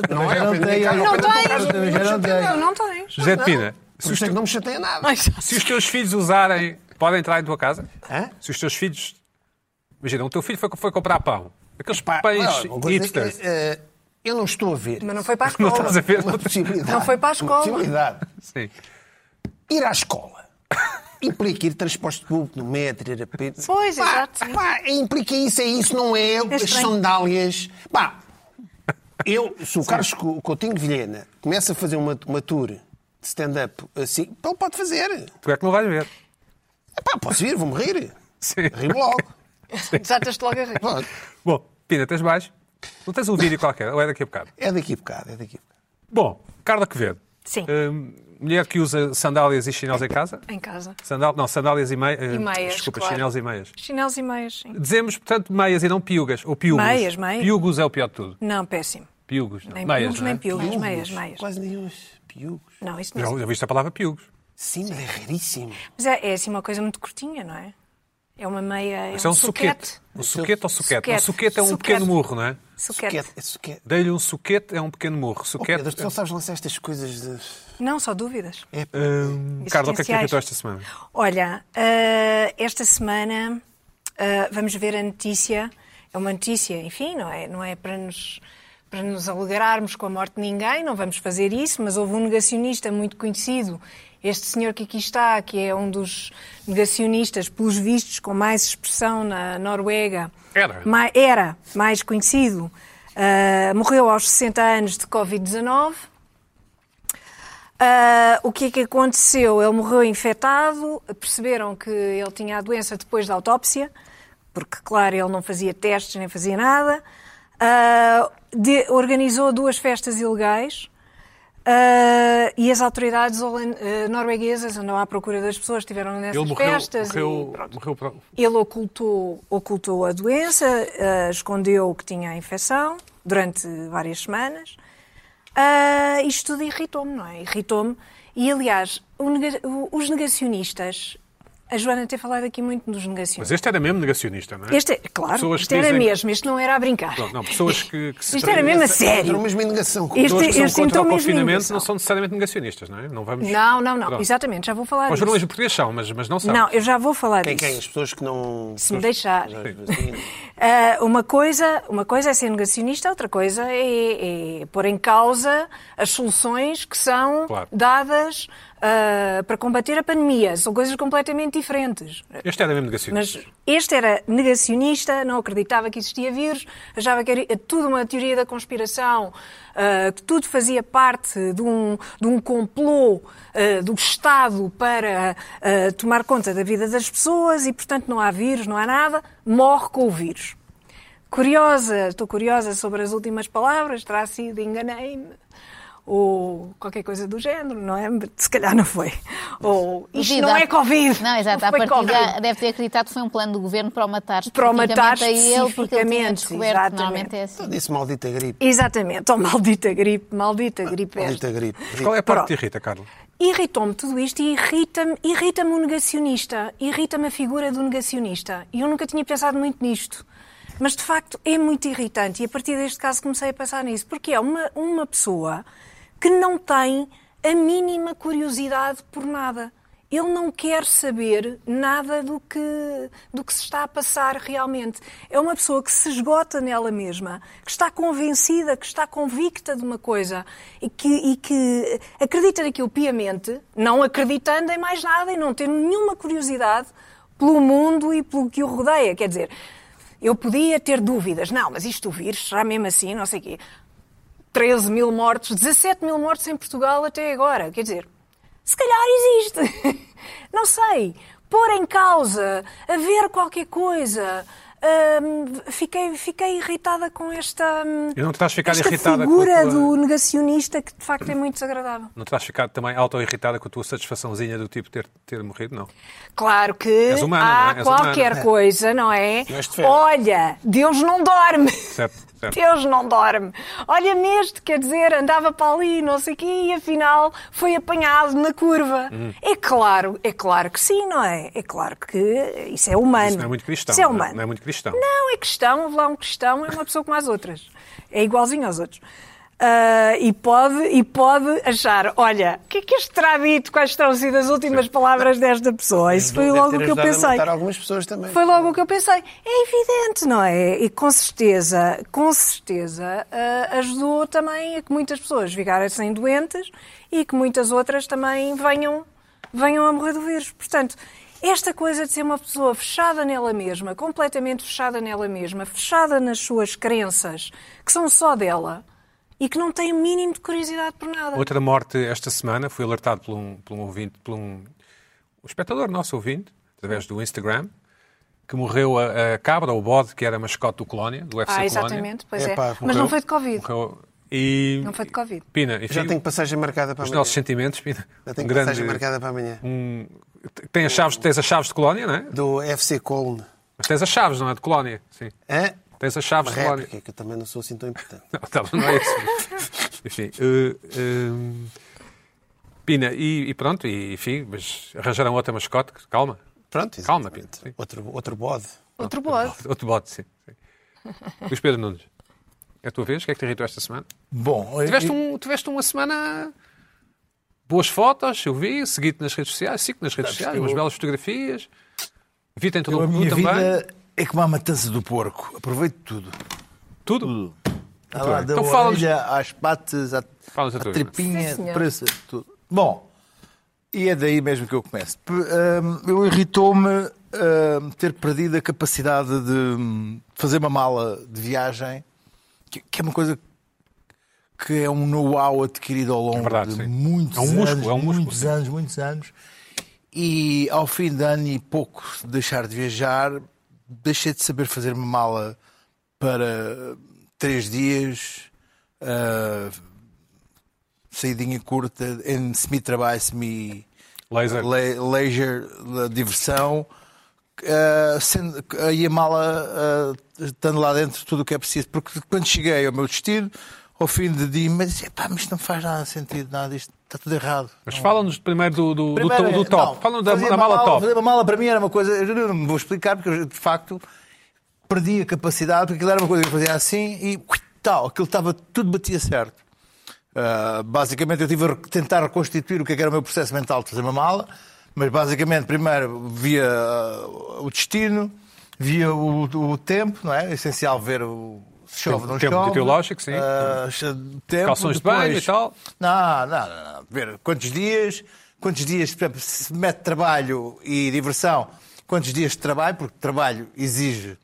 B: Não é?
E: já não
B: ao pé de casa, ao
E: tenho, já
B: pé da
C: não
B: tua
C: tenho.
B: casa, me
E: Eu já não
B: chateia
E: tenho.
C: Não, não tens.
A: José de Pina,
B: Por isso é que não me chateia nada.
C: Ai, já
A: se os teus filhos usarem, podem entrar em tua casa?
B: Hã?
A: Se os teus filhos. Imagina, o teu filho foi, foi comprar pão. Aqueles
B: Pá,
A: pães
B: olha, uma coisa,
A: hipsters.
B: eh, eh, Eu não estou a ver.
C: Mas não foi para a
A: [laughs] Não
C: escola.
A: estás a ver?
B: Uma possibilidade.
C: Não foi para a escola.
B: Uma possibilidade.
C: é
A: Sim.
B: Ir à escola. Implica ir de transporte público, no metro, ir a pé.
C: Pois,
B: Pá,
C: exato, sim.
B: Pá, implica isso, é isso, não é? As
C: estranho.
B: sandálias. Pá, eu, se o Carlos Co- Coutinho de Vilhena começa a fazer uma, uma tour de stand-up assim, pá, ele pode fazer.
A: Tu é que não vais ver.
B: Pá, posso ir, vou morrer.
A: Sim.
B: Rimo logo.
C: Desatas-te logo a rir.
B: Pronto.
A: Bom, Pina, tens mais? Não tens um vídeo qualquer? Ou é daqui a bocado?
B: É daqui a bocado, é daqui a bocado.
A: Bom, Carla Quevedo.
C: Sim.
A: Hum, mulher que usa sandálias e chinelos em casa?
C: Em casa.
A: Sandal, não, sandálias e, mei- eh,
C: meias,
A: Desculpa,
C: claro.
A: chinelos e meias.
C: Chinelos e meias, sim.
A: Dizemos, portanto, meias e não piugas. Ou piugos.
C: Meias, meias.
A: Piugos é o pior de tudo.
C: Não, péssimo.
A: Piugos. Não.
C: Nem
A: meias,
C: piugos,
A: não é?
C: nem piugos. Meias, meias.
B: Quase nenhum. Piugos.
C: Não, isso não.
A: Já, já viste a palavra piugos.
B: Sim, mas é raríssimo.
C: Mas é, é assim uma coisa muito curtinha, não é? É uma meia. É
A: Isso é
C: um,
A: um suquete. Um suquete ou suquete? Um
C: Suquete.
A: suquete é um
C: Suquete.
A: pequeno murro, não é?
C: Suquete.
B: Suquete. É suquete.
A: Dei-lhe um suquete, é um pequeno murro.
B: Oh,
A: Suquete.
B: Pedro, tu não sabes lançar estas coisas de...
C: Não, só dúvidas.
A: Hum, Carla, o que é que te
C: Existenciais.
A: irritou esta semana?
C: Olha, ah, esta semana ah, vamos ver a notícia. É uma notícia, enfim, não é, não é para nos para nos alegrarmos com a morte de ninguém, não vamos fazer isso, mas houve um negacionista muito conhecido, este senhor que aqui está, que é um dos negacionistas, pelos vistos, com mais expressão na Noruega.
A: Era.
C: Ma- era mais conhecido. Ah, morreu aos 60 anos de Covid-19. Ah, o que é que aconteceu? Ele morreu infectado, perceberam que ele tinha a doença depois da autópsia, porque, claro, ele não fazia testes nem fazia nada. Ah, de- organizou duas festas ilegais ah, e as autoridades holan- ah, norueguesas andam à procura das pessoas que estiveram nessas
A: Ele morreu.
C: festas. e
A: morreu,
C: pronto.
A: morreu pro-
C: Ele ocultou, ocultou a doença, eh, escondeu que tinha a infecção durante várias semanas. Ah, isto tudo irritou-me, não é? Irritou-me. E, aliás, o nega- o- os negacionistas. A Joana tem falado aqui muito dos
A: Mas
C: negacionistas.
A: este era mesmo negacionista, não é?
C: Este, é- claro,
A: Pessoas
C: isto
A: que
C: era
A: dizem-
C: mesmo, isto não era a brincar.
A: Não, não, pessoas que, que se
C: Isto era mesmo a
B: Era
C: sério.
B: uma negação.
C: Este-
A: Pessoas que são
C: este
A: contra o
C: então mesmo
A: confinamento
C: negação.
A: não são necessariamente negacionistas, não é? Não vamos.
C: Não, não, não,
A: Pronto.
C: exatamente, já vou falar
A: Os
C: disso.
A: jornalistas portugueses são, mas, mas não são.
C: Não, eu já vou falar
B: Quem,
C: disso.
B: quem? As pessoas que assim, não...
C: Se me deixar. Ah, uma, coisa, uma coisa é ser negacionista, outra coisa é, é pôr em causa as soluções que são
A: Claro.
C: dadas ah, para combater a pandemia. São coisas completamente diferentes.
A: Este era mesmo negacionista.
C: Mas este era negacionista, não acreditava que existia vírus, achava que era eh, tudo uma teoria da conspiração, ah, que tudo fazia parte de um, de um complô ah, do Estado para ah, tomar conta da vida das pessoas e, portanto, não há vírus, não há nada, morre com o vírus. Curiosa, estou curiosa sobre as últimas palavras, terá sido enganei-me ou qualquer coisa do género, não é? Se calhar não foi. Ou isto
D: Duvido,
C: não
D: há-
C: é Covid.
D: Não, exato.
C: não
D: À
C: foi
D: partida
C: Covid.
D: deve ter acreditado que foi um plano do governo para o matar
C: Para o matar
D: especificamente a ele, porque ele tinha
C: especificamente,
D: descoberto que
C: exatamente.
D: normalmente é assim.
B: Disse maldita gripe.
C: Exatamente, oh maldita gripe, maldita [laughs] gripe.
B: Ah, Maldita
C: esta.
B: gripe.
A: Mas Qual é a parte
C: Pronto.
A: que te irrita, Carla?
C: Irritou-me tudo isto e irrita-me irrita o negacionista, irrita-me a figura do negacionista. E eu nunca tinha pensado muito nisto. Mas de facto é muito irritante e a partir deste caso comecei a pensar nisso, porque é uma, uma pessoa que não tem a mínima curiosidade por nada. Ele não quer saber nada do que, do que se está a passar realmente. É uma pessoa que se esgota nela mesma, que está convencida, que está convicta de uma coisa e que, e que acredita naquilo piamente, não acreditando em mais nada e não tendo nenhuma curiosidade pelo mundo e pelo que o rodeia. Quer dizer, eu podia ter dúvidas, não, mas isto o vírus será mesmo assim, não sei o quê. 13 mil mortos, 17 mil mortos em Portugal até agora. Quer dizer, se calhar existe. [laughs] Não sei. Pôr em causa, haver qualquer coisa. Hum, fiquei, fiquei irritada com esta, hum,
A: E não te estás a ficar
C: esta
A: irritada com a
C: figura
A: tua-
C: do negacionista que de facto é muito desagradável.
A: Não terás ficado também auto-irritada com a tua satisfaçãozinha do tipo ter, ter morrido, não?
C: Claro que
A: És humana,
C: há
A: não é? És
C: qualquer
A: humana.
C: coisa, não é?
B: Não és de ferro.
C: Olha, Deus não dorme.
A: Certo, certo.
C: Deus não dorme. Olha-me este, quer dizer, andava para ali, não sei o quê, e afinal foi apanhado na curva.
A: Uhum.
C: É claro, é claro que sim, não é? É claro que isso é humano.
A: Isso não é muito cristão,
C: Isso é
A: não é?
C: humano.
A: Não é muito cristão.
C: Não, é cristão, houve lá um cristão, é uma pessoa como as outras. É igualzinho aos outros. Ah, e, pode, e pode achar, olha, o que é que este terá dito? Quais terão sido as últimas palavras desta pessoa? Isso foi
B: Deve
C: logo
B: ter
C: o que eu
B: ajudado a
C: pensei.
B: matar algumas pessoas também.
C: Foi logo o que eu pensei. É evidente, não é? E com certeza, com certeza, ah, ajudou também a que muitas pessoas ficassem doentes e que muitas outras também venham, venham a morrer do vírus. Portanto, esta coisa de ser uma pessoa fechada nela mesma, completamente fechada nela mesma, fechada nas suas crenças, que são só dela, e que não tem o mínimo de curiosidade por nada.
A: Outra morte esta semana, fui alertado por um, por um ouvinte, por um, um espectador nosso ouvinte, através do Instagram, que morreu a, a cabra, ou o bode, que era mascote do Colónia, do UFC
C: ah,
A: Colónia.
C: exatamente,
E: né?
C: pois é.
B: Epá,
C: Mas não
A: Morreu.
C: foi de Covid.
A: Morreu. E...
C: Não foi de Covid.
A: Pina, enfim,
B: Já tenho passagem marcada para
A: os
B: amanhã.
A: nossos sentimentos, Pina.
B: Já tenho
A: um grande-
B: passagem marcada para amanhã.
A: um- Tem as chaves, tens as chaves de Colónia, não é?
B: Do FC Colne.
A: Mas tens as chaves, não é? De Colónia, sim.
B: Hã?
A: Tens as chaves
B: Uma
A: de Colónia.
B: réplica, que eu também não sou assim tão importante.
A: [laughs]
B: [laughs]
A: Não, tá bom, não é isso. enfim. eh, ehm, Pina, e, e pronto, e, enfim, mas arranjaram outra mascote, que- calma.
B: Pronto,
A: Calma,
B: exatamente.
A: Pinto, sim.
B: Outro, outro bode.
C: Outro bode.
A: Outro bote, sim. sim. Luís Pedro Nunes, é a tua vez? O que é que te irritou esta semana?
E: Bom,
A: Tiveste, um- tiveste uma semana. Boas fotos, eu vi, segui-te nas redes sociais, sigo nas redes sociais, umas belas fotografias. Vi-te em todo
E: eu- a
A: o mundo
E: minha
A: também.
E: vida é como a matança do porco. Aproveito tudo.
A: Tudo.
E: Ah, lá, da
A: Então fala-nos-
E: orelha às patas, à,
A: Fala-nos a
E: à
A: tua vida.
E: tripinha,
C: Sim, senhor.
E: presa, tudo. Bom, e é daí mesmo que eu começo. P- hum, eu irritou-me hum, ter perdido a capacidade de hum, fazer uma mala de viagem, que, que é uma coisa que é um know-how adquirido ao longo
A: verdade,
E: de
A: sim.
E: muitos
A: É um músculo,
E: anos,
A: é um músculo,
E: muitos
A: sim.
E: anos, muitos anos. E ao fim de ano e pouco de deixar de viajar, deixei de saber fazer uma mala para três dias, ah, saidinha curta, em semi-trabalho, semi
A: Laser.
E: le- leisure, le- diversão. ah, sendo, aí a mala, ah, estando lá dentro, tudo o que é preciso. Porque quando cheguei ao meu destino, ao fim de dia, mas, epá, mas isto não faz nada sentido, nada, isto está tudo errado.
A: Mas fala-nos primeiro do, do, do
E: Primeiro, é,
A: to- do top.
E: não,
A: Fala-nos da,
E: fazer
A: da
E: uma
A: mala top.
E: Fazer uma mala para mim era uma coisa. Eu não vou explicar porque eu, de facto perdi a capacidade, porque aquilo era uma coisa que eu fazia assim e ui, tal, aquilo estava tudo batia certo. Ah, basicamente eu tive a re- tentar reconstituir o que é que era o meu processo mental de fazer uma mala, mas basicamente primeiro via ah, o destino, via o, o tempo, não é? É essencial ver o, se chove ou não
A: Tempo
E: chove.
A: meteorológico, sim.
E: Ah, tempo,
A: Calções de banho e
E: depois-
A: tal.
E: não, não, não, não. Ver quantos dias, quantos dias por exemplo, se mete trabalho e diversão, quantos dias de trabalho, porque trabalho exige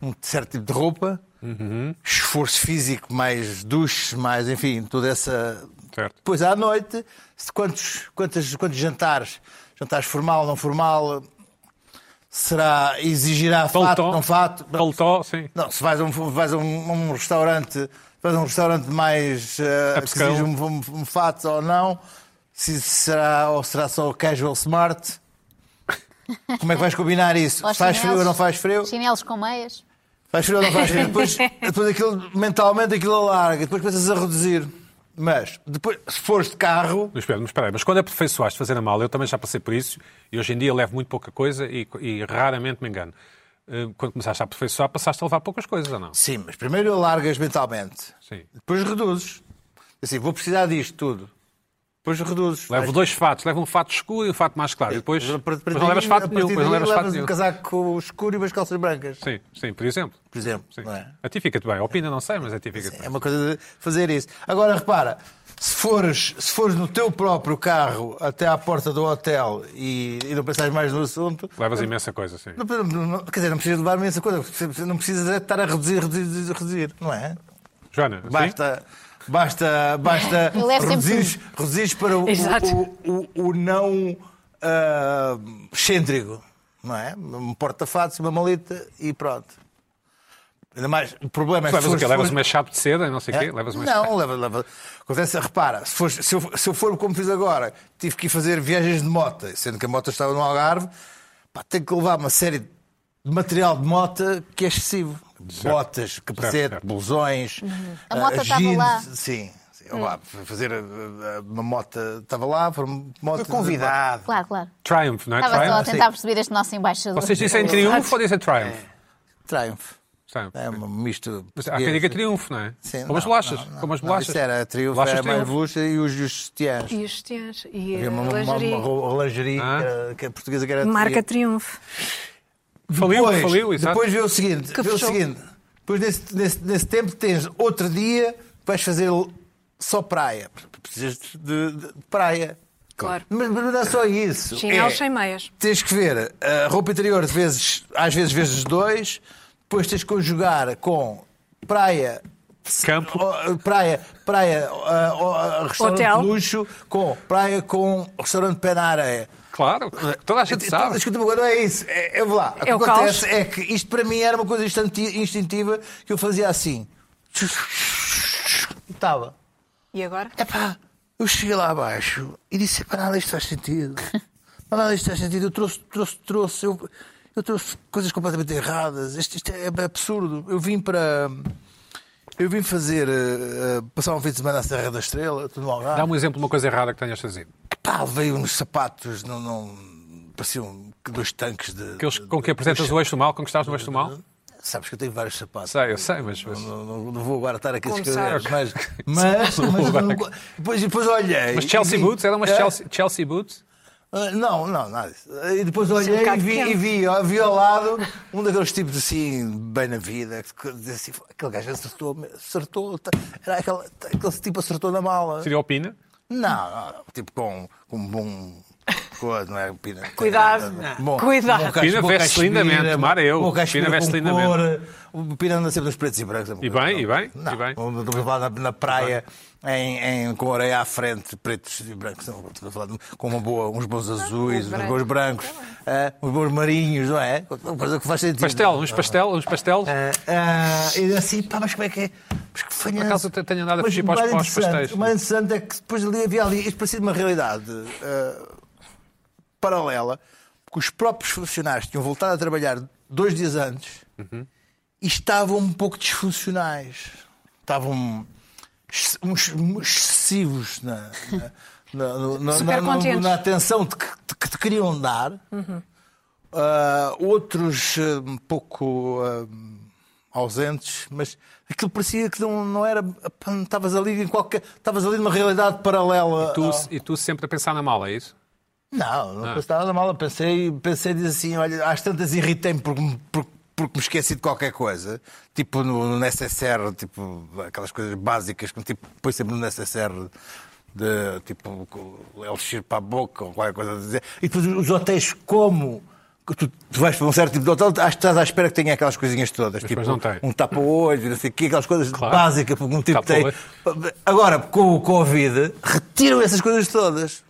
E: um certo tipo de roupa, esforço físico, mais duches, mais, enfim, toda essa.
A: Certo.
E: Depois à noite, se quantos, quantos, quantos jantares, jantares formal, não formal, será, exigirá fato,
A: Paletó.
E: não fato.
A: Paletó, sim.
E: Não, se vais a um, vais a um, um restaurante, vais a um restaurante mais eh, que
A: Upscale.
E: exige um, um, um fato ou não, se será ou será só casual smart? Como é que vais combinar isso?
D: Aos
E: Faz frio
D: chinelos.
E: ou não faz frio?
D: Chinelos com meias.
E: Faz frio ou não faz frio? Depois, depois aquilo, mentalmente aquilo alarga, depois começas a reduzir. Mas, depois, se fores de carro,
A: Mas espera, mas espera aí, mas quando aperfeiçoaste fazer a mala, eu também já passei por isso e hoje em dia levo muito pouca coisa e, e raramente me engano. Eh, Quando começaste a aperfeiçoar, passaste a levar poucas coisas ou não?
E: Sim, mas primeiro alargas mentalmente.
A: Sim.
E: Depois reduzes. Assim, vou precisar disto tudo. Depois reduzes.
A: Levo
E: Vais-
A: dois fatos, levo um fato escuro e um fato mais claro. E depois,
E: A partir
A: depois não
E: daí-
A: levas
E: a
A: fato
E: partir
A: nenhum. Depois não
E: daí
A: levas fato
E: levas um
A: nenhum.
E: casaco escuro e umas calças brancas,
A: Sim, sim, por exemplo.
E: por exemplo.
A: Sim.
E: não é?
A: A ti fica-te bem. A opina não sei, mas a ti fica-te
E: É
A: bem.
E: uma coisa de fazer isso. Agora, repara, se fores, se fores no teu próprio carro até à porta do hotel e, e não pensares mais no assunto,
A: Levas imensa coisa, sim.
E: não, não- não- quer dizer, não precisas levar imensa coisa, não precisas estar a reduzir, reduzir, reduzir, não é?
A: Joana, sim?
E: Basta Basta, basta
D: Eu levo sempre
E: reduzires, reduzires para o,
C: Exato.
E: o- o- o não ah, excêntrico. Não é? Um porta-fatos, uma maleta e pronto. Ainda mais, o problema é que
A: Levas
E: se
A: o
E: fores-
A: quê? Levas uma chapa de seda, não sei o
E: é?
A: quê? Levas uma
E: Não, leva, leva. Acontece, repara, se, fores- se, eu, se eu for como fiz agora, tive que ir fazer viagens de moto, sendo que a moto estava no Algarve, pá, tenho que levar uma série de material de moto que é excessivo. Botas, capacete,
A: certo.
E: blusões,
D: Uhum. A
E: ah,
D: moto estava
E: jeans,
D: lá. Hum.
E: Sim. sim. Lá, fui fazer ah, ah, uma moto, estava lá, foram moto.
B: Convidado.
D: Claro, claro.
A: Triumph, não é?
D: Estava só a
A: Triumph.
D: tentar perceber este nosso embaixador.
A: Vocês dizem triunfo ou dizem triumph?
E: Triumph.
A: Triumph.
E: É um misto.
A: Mas há quem diga triunfo, não é? Como as bolachas. Como as bolachas.
E: Isso era triunfo,
A: Bolachas
E: era mais
A: triunfo.
E: bucha e os justiãs.
C: E os tiãs. E
E: Havia
C: a
E: uma, uma,
C: lingerie.
E: uma ro- lingerie
A: Ah.
E: que era- que a portuguesa que era
C: Marca Triunfo.
A: Faliu, faliu, exato.
E: Depois vê o seguinte:
C: Que
E: vê o
C: fechou.
E: seguinte. Depois nesse, nesse, nesse tempo tens outro dia que vais fazer só praia. Precisas de, de- de praia.
C: Claro.
E: Mas, mas não é só isso.
C: Chinelos
E: É-
C: sem meias.
E: Tens que ver a roupa interior vezes, às vezes vezes dois, depois tens que conjugar com praia.
A: Campo.
E: ó, Praia, praia, ó, ó, restaurante
C: Hotel.
E: de luxo, com praia com restaurante pé na areia.
A: Claro, toda a gente
E: Então,
A: sabe.
E: Escuta-me agora, não é isso. É, eu vou lá. O que
C: É o
E: acontece
C: caos.
E: é que isto para mim era uma coisa instanti- instintiva que eu fazia assim. Estava.
C: E agora?
E: Epá, eu cheguei lá abaixo e disse: para nada isto faz
C: [laughs]
E: sentido. Para nada isto faz sentido. Eu trouxe, trouxe, trouxe. Eu, eu trouxe coisas completamente erradas. Isto, isto é absurdo. Eu vim para. Eu vim fazer. eh, eh, passar um fim de semana à Serra da Estrela, tudo no Algarve.
A: Dá-me um exemplo de uma coisa errada que tenhas fazido.
E: Pá, veio uns sapatos, não. não pareciam dois tanques de.
A: Aqueles
E: de-
A: com que
E: de-
A: apresentas
E: de-
A: o eixo do mal, conquistaste o eixo do
E: Uhum.
A: mal?
E: Sabes que eu tenho vários sapatos.
A: Sei, eu sei, mas. mas...
E: Não, não- não vou agora estar aqui a
C: Como
E: escrever,
C: sabes?
E: mas,
A: [laughs]
E: mas, mas não- depois, depois olhei.
A: Mas
E: e
A: Chelsea
E: vi-
A: Boots, eram umas
E: É?
A: Chelsea, Chelsea Boots?
E: Ah, Não, não, nada disso. E depois
C: é um
E: olhei e
C: bocado
E: vi,
C: pequeno.
E: e vi, ó, vi ao lado um daqueles tipos assim, bem na vida, que dizia assim, aquele gajo acertou, acertou, tá- era aquele, aquele tipo acertou na mala.
A: Seria opina?
E: Não, não, não, tipo com, com um bom. com- Não é, pina,
C: Cuidado. Cuidado.
A: Pina veste lindamente, tomara eu. Pina veste
E: Pina veste
A: lindamente.
E: O Pina anda sempre nos pretos e brancos. é uma
A: E
E: coisa,
A: bem,
E: não.
A: e bem,
E: Não,
A: e bem.
E: não Estou a falar na, na praia, em, em- com a areia à frente, pretos e brancos. Não, estou a falar de- com uma boa, uns bons azuis, uns
C: branco.
E: bons brancos, ah, uns bons marinhos, não é? Uma coisa que faz sentido.
A: Pastel, uns pastel, uns pastel.
E: Ah, ah, e assim, pá, mas como é que é? Mas que falhança.
A: Por acaso eu tenho andado a
E: Mas
A: fugir
E: o
A: para os-
E: mais
A: para os
E: interessante-
A: pastéis.
E: O mais interessante é que depois ali havia ali, isto parecia uma realidade ah, paralela, porque os próprios funcionários tinham voltado a trabalhar dois dias antes
A: Uhum.
E: e estavam um pouco disfuncionais. Estavam ex- uns- uns excessivos na, na- na- no- na-
C: Super
E: na-
C: contentes.
E: na atenção de que, de que te queriam dar. Ah, outros ah, um pouco ah, ausentes, mas aquilo parecia que não, não era. pá, não Estavas ali em qualquer. Estavas ali numa realidade paralela.
A: Tu-
E: ao-
A: E tu sempre a pensar na mala, é isso?
E: não,
A: Ah.
E: não pensei nada mal. Pensei, pensei diz assim, olha, às tantas irritei-me porque, me- porque, porque me esqueci de qualquer coisa. Tipo no, no SSR, tipo, aquelas coisas básicas, como tipo, põe sempre no SSR de tipo com elixir para a boca ou qualquer coisa a dizer. E depois os hotéis como. que Tu, tu vais para um certo tipo de hotel, acho que estás à espera que tenha aquelas coisinhas todas. tipo,
A: depois não tem.
E: Um tapa-olho, não sei o quê, aquelas coisas
A: Claro.
E: básicas, porque um tipo tem.
A: Tapa-olho.
E: Agora, com o Covid, retiram essas coisas todas.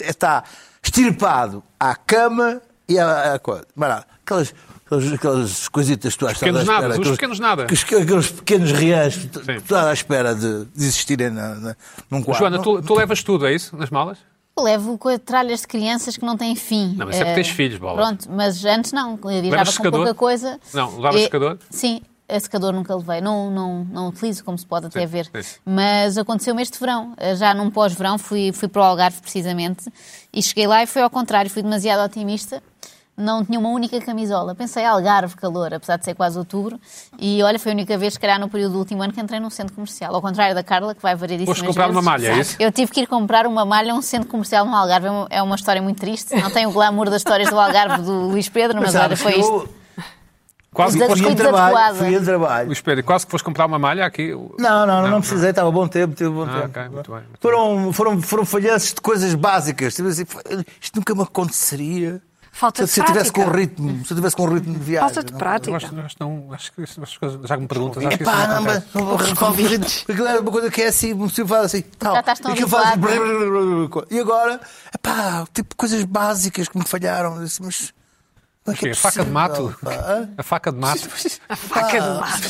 E: Está estirpado à cama e à, à coisa. Mas não, aquelas, aquelas, aquelas coisitas que tu achas
A: pequenos
E: à espera,
A: nadas, os
E: aqueles-
A: pequenos nada.
E: Aqueles, aqueles pequenos reais que tu
A: Sim.
E: tu estás à espera de, de existirem na, na- num quarto.
A: Joana, tu, tu levas tudo, é isso? Nas malas?
D: Eu levo co- tralhas de crianças que não têm fim.
A: Não, mas é porque
D: Eh,
A: tens filhos, bola.
D: Pronto, mas antes não. Eu viajava com
A: secador?
D: pouca coisa.
A: Não, levavas
D: Eh,
A: secador?
D: Sim, a secador nunca levei. Não, não, não utilizo, como se pode até
A: Sim, é
D: ver.
A: sim.
D: Mas aconteceu-me este verão. Eh, Já num pós-verão fui, fui para o Algarve, precisamente, e cheguei lá e foi ao contrário. Fui demasiado otimista. Não tinha uma única camisola. Pensei, Algarve, calor, apesar de ser quase outubro. E olha, foi a única vez, se calhar, no período do último ano que entrei num centro comercial. Ao contrário da Carla, que vai variedíssimas
A: Foste comprar
D: vezes.
A: uma malha, é isso?
D: Eu tive que ir comprar uma malha a um centro comercial no Algarve. É uma- É uma história muito triste. Não tem o glamour das histórias do Algarve do Luís Pedro, mas, olha,
E: sabes
D: foi
E: que eu
D: isto.
A: Quase que
D: Mas
A: foste,
E: fui em
D: Descuido
E: trabalho.
D: desadequado.
E: Fui em trabalho.
A: Luís Pedro, quase que foste comprar uma malha aqui.
E: Não, não, não, precisei, estava bom tempo, tive bom
A: Ah,
E: tempo.
A: ok, muito bem, muito
E: foram, foram, foram falhanças de coisas básicas. Tipo assim, isto nunca me aconteceria.
C: Falta de
E: Se eu tivesse com
C: prática.
E: ritmo, se eu tivesse com um ritmo de viagem.
C: Falta de
E: não- é?
A: Eu
C: prática.
A: acho, eu acho, que não, acho que essas coisas. Já que me perguntas, acho que isso
E: Epá,
A: não
E: não, mas
A: acontece.
E: não vou resolver ritmos. Aquilo era uma coisa que é assim, um senhor fala assim, tal.
D: Já estás tão
E: e aquilo faz
D: habituado,
E: [laughs] E agora, epá, tipo coisas básicas que me falharam. Eu disse, mas. como é que
A: Sim,
E: é
A: a faca de mato.
E: possível, pá? Hã?
A: A faca de mato.
C: A faca de mar.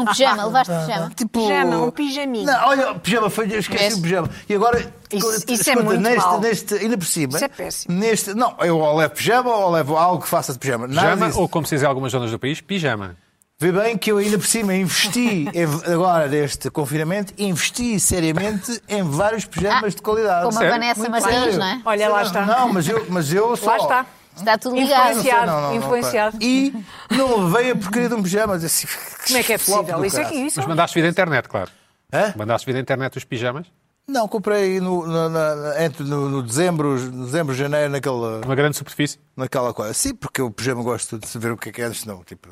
D: Um pijama, levaste pijama.
E: Tipo...
C: Pijama, um pijaminho.
E: Não, olha, pijama, foi, eu esqueci
D: Vês?
E: o pijama. E agora,
C: Isso-
E: escuta,
C: isso é muito
E: neste,
C: mau.
E: neste, ainda por cima.
C: Isso é péssimo.
E: Neste, não, eu ou levo pijama ou levo algo que faça de pijama. Nada
A: Pijama,
E: disso.
A: ou como se diz em algumas zonas do país, pijama.
E: Vê bem que eu ainda por cima
C: [laughs]
E: investi em- agora neste confinamento, investi seriamente em vários pijamas de qualidade.
D: Como a
A: Sério?
D: Vanessa
E: Tá, Muito
D: Martins,
E: sério.
D: não é?
C: Ah, Olha, lá
E: Não,
C: está.
E: Não, mas eu, mas eu só.
C: Lá está.
D: Está tudo ligado.
E: Não,
C: Influenciado.
E: não, não, não,
C: Influenciado.
E: pá. e não levei a porcaria de um pijama. Eu disse,
C: Como é que é
E: flop
C: possível?
E: do
C: Isso é que
E: caralho.
C: isso.
A: Mas mandaste vir à internet, claro.
E: Hã?
A: Mandaste vir à internet os pijamas.
E: Não, comprei no, na- na- entre, no, no dezembro, dezembro, janeiro, naquela,
A: Uma grande superfície.
E: naquela coisa. Sim, porque o pijama gosto de saber o que é que é, senão, tipo.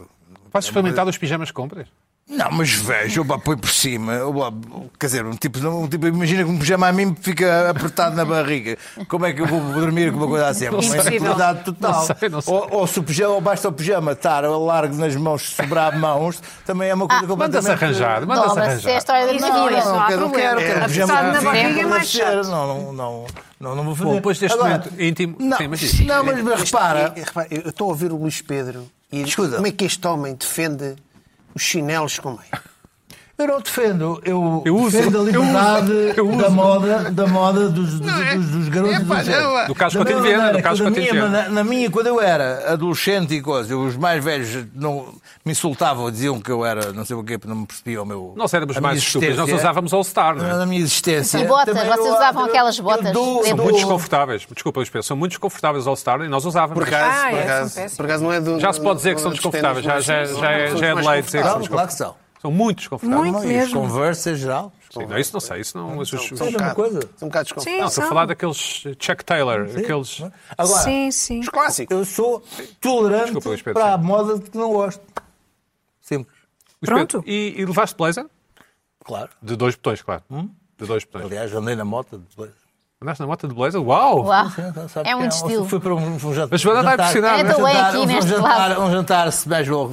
A: Podes experimentar os pijamas que compras?
E: Não, mas vejo, eu põe por cima. eu lá- quer dizer, um tipo, um tipo, imagina que um pijama a mim fica apertado na barriga. Como é que eu vou dormir com uma coisa assim? É uma
C: Impossível.
E: dificuldade total.
A: Não sei, não sei.
E: Ou, ou se o pijama, ou basta o pijama estar largo nas mãos, sobrar mãos, também é uma coisa completamente...
A: Mandas Ah, arranjar, mandas
D: Dobra-se, é a
A: arranjar.
D: história da
C: Isso,
D: minha
C: olha,
D: vida.
C: não há
E: quero,
C: problema.
E: quero, quero.
C: Apesar de na
E: Sim,
C: barriga é
E: não
C: mais
E: deve ser.
C: chato.
E: Não, não, não, não, não vou fazer.
A: Bom, depois deste
E: Agora-
A: momento íntimo,
E: Não,
A: sim, mas isso-
E: não, mas, mas repara,
B: E, repara, eu estou a ouvir o Luís Pedro e
E: Escuta.
B: como é que este homem defende os chinelos com meia?
E: eu não defendo, eu,
A: Eu uso,
E: defendo a
A: eu
E: liberdade
A: uso, eu
E: da
A: uso.
E: moda, da moda dos, dos,
A: é-
E: dos- dos garotos.
A: é, pá,
E: dos-
A: não, é- Do Carlos
E: Da mesma
A: Coutinho Viana,
E: maneira
A: do Carlos
E: que da
A: Coutinho
E: minha-
A: Viana.
E: na, na minha, quando eu era adolescente e coisa, os mais velhos não, me insultavam, diziam que eu era, não sei o quê, porque não me percebiam o meu.
A: Nós éramos
E: a
A: mais
E: minha
A: estúpidos, nós
E: existência.
A: usávamos All-Star, não é?
E: Na minha existência.
D: E botas,
E: Também eu-
D: vocês usavam
E: eu-
D: aquelas
E: eu
D: botas.
E: dou-
D: São
E: dou-
A: Muito desconfortáveis. Desculpa, Luís Pedro. São muito desconfortáveis All-Star e nós usávamos.
B: Por acaso,
C: Ah,
B: por,
C: é, são
B: acaso,
C: péssimos.
B: por acaso não é do.
A: Já se pode dizer que são
B: não é dos
A: desconfortáveis. Já,
B: ténis,
A: já,
B: mas
A: já, é-
B: são
A: já é de
B: mais
A: lei dizer que são
E: Claro, claro
A: desconfortáveis.
E: que são.
A: São muito desconfortáveis.
C: Muito
E: Não, e as
C: mesmo.
E: conversas geral.
A: Sim, não, isso não sei. Isso não, os- os-
B: São um
A: os-
E: Olha uma
B: bocado-
E: coisa.
B: São um bocado desconfortáveis.
C: Sim,
A: não, estou a
C: são.
A: falar daqueles Chuck Taylor, aqueles.
E: Agora,
C: Sim, sim.
B: Os clássicos.
E: eu sou tolerante
A: Desculpa, Luís Pedro,
E: para a
A: sim.
E: moda de que não gosto. Simples.
A: Luís Pedro,
C: Pronto.
A: E, e levaste blazer?
E: Claro.
A: De dois botões, claro. De dois botões.
E: Aliás, andei na moto depois. então
A: Andaste na moto de blazer? Uau!
D: Uau.
E: Sabe
D: É
E: que
D: muito estilo.
E: Fui para um, um jantar.
A: A Joana está impressionada.
D: Eu também aqui
E: um,
D: neste
E: jantar,
D: lado.
E: um jantar casual,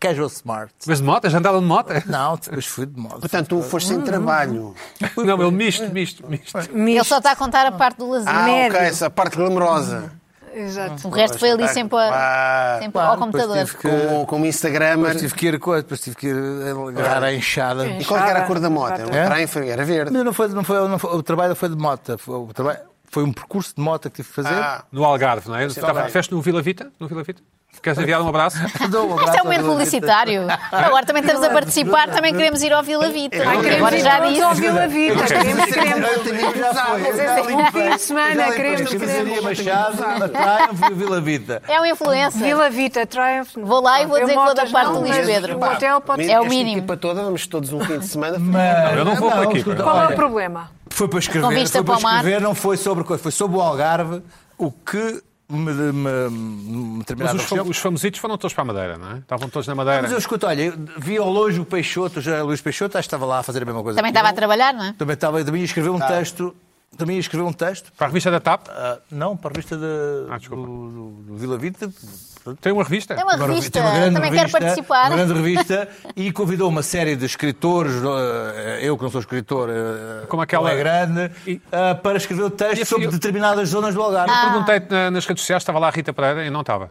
E: casual smart.
A: Mas de moto? Já andava de moto?
E: Não, depois fui de moda.
B: Portanto, tu foste sem trabalho.
A: Não, ele misto, misto, misto.
D: Ele só tá- está a contar a parte do lazer.
B: Ah,
C: Médio.
B: ok, essa parte
E: Hum.
B: glamourosa.
C: Exato.
D: O resto foi ali sempre, a-
B: Claro.
D: sempre ao computador.
E: Depois tive que,
B: Como, como um Instagramer.
E: depois tive que ir, co- depois tive que ir agarrar a enxada.
B: E qual que era a cor da moto?
C: Enxada.
E: É?
B: Era um prime, era verde.
E: Não, não foi, não foi, não foi- o trabalho não foi de moto. Foi, o trabalho, foi um percurso de moto que tive que fazer.
B: Ah,
A: No Algarve, não é? Estava
B: bem.
A: festa no Vila Vita? No Vila Vita? Queres enviar um abraço?
E: Dou um
D: Isto é
E: abraço
D: um momento
E: à Dona
D: publicitário. Agora também estamos a participar, também queremos ir ao Vila Vita.
C: Ai, queremos
D: Agora
C: ir
D: já
C: todos
D: disse.
C: ao Vila Vita. Queremos,
E: Vita.
C: queremos.
E: Já foi.
C: Mas é
E: Já
C: assim,
E: limpei.
C: um fim de semana,
E: Já limpei.
C: queremos,
E: Camisaria
C: queremos.
E: Machado, na Triumph e o Vila Vita.
D: É um influencer.
C: Vila Vita, Triumph.
D: Vou lá e vou
C: Eu
D: dizer que vou
C: motas
D: da parte
C: não,
D: do Luís
C: mas
D: Pedro.
C: O hotel pode
D: É o
B: esta
D: mínimo.
B: equipa toda, vamos todos um fim de semana.
E: Mas-
A: Eu não vou para aqui,
E: escuta,
A: pá.
C: Qual é
E: olha,
C: o problema?
E: Foi para escrever,
D: Com vista
E: foi para
D: para o mar.
E: escrever não foi sobre coisa, foi sobre o Algarve, o que me, me, me
A: Mas
E: determinada
A: os, fam
E: região-
A: os famositos foram todos para a Madeira, não é? Estavam todos na Madeira.
E: Mas eu escuto, olha, eu vi ao longe o Peixoto, o José Luís Peixoto, acho que estava lá a fazer a mesma coisa.
D: Também
E: que
D: estava a
E: eu.
D: trabalhar, não é?
E: Também estava, também ia escrever um texto, também ia escrever um texto,
A: Para a revista da TAP?
E: ah, não, para a revista da-
A: Ah, desculpa.
E: do, do- do Vila Vita, portanto,
A: Tem uma revista?
D: Tem É uma
E: Uma
D: revista,
E: tem é uma grande
D: também quero
E: revista,
D: participar.
E: Uma grande revista e convidou uma série de escritores, eh, eu que não sou escritor, eh,
A: Como aquela-
E: não é grande,
A: E-
E: eh, para escrever o texto
A: E assim a
E: sobre
A: filha-
E: determinadas zonas do Algarve.
D: Ah.
A: Perguntei-te na- nas redes sociais, estava lá a Rita Pereira e não estava.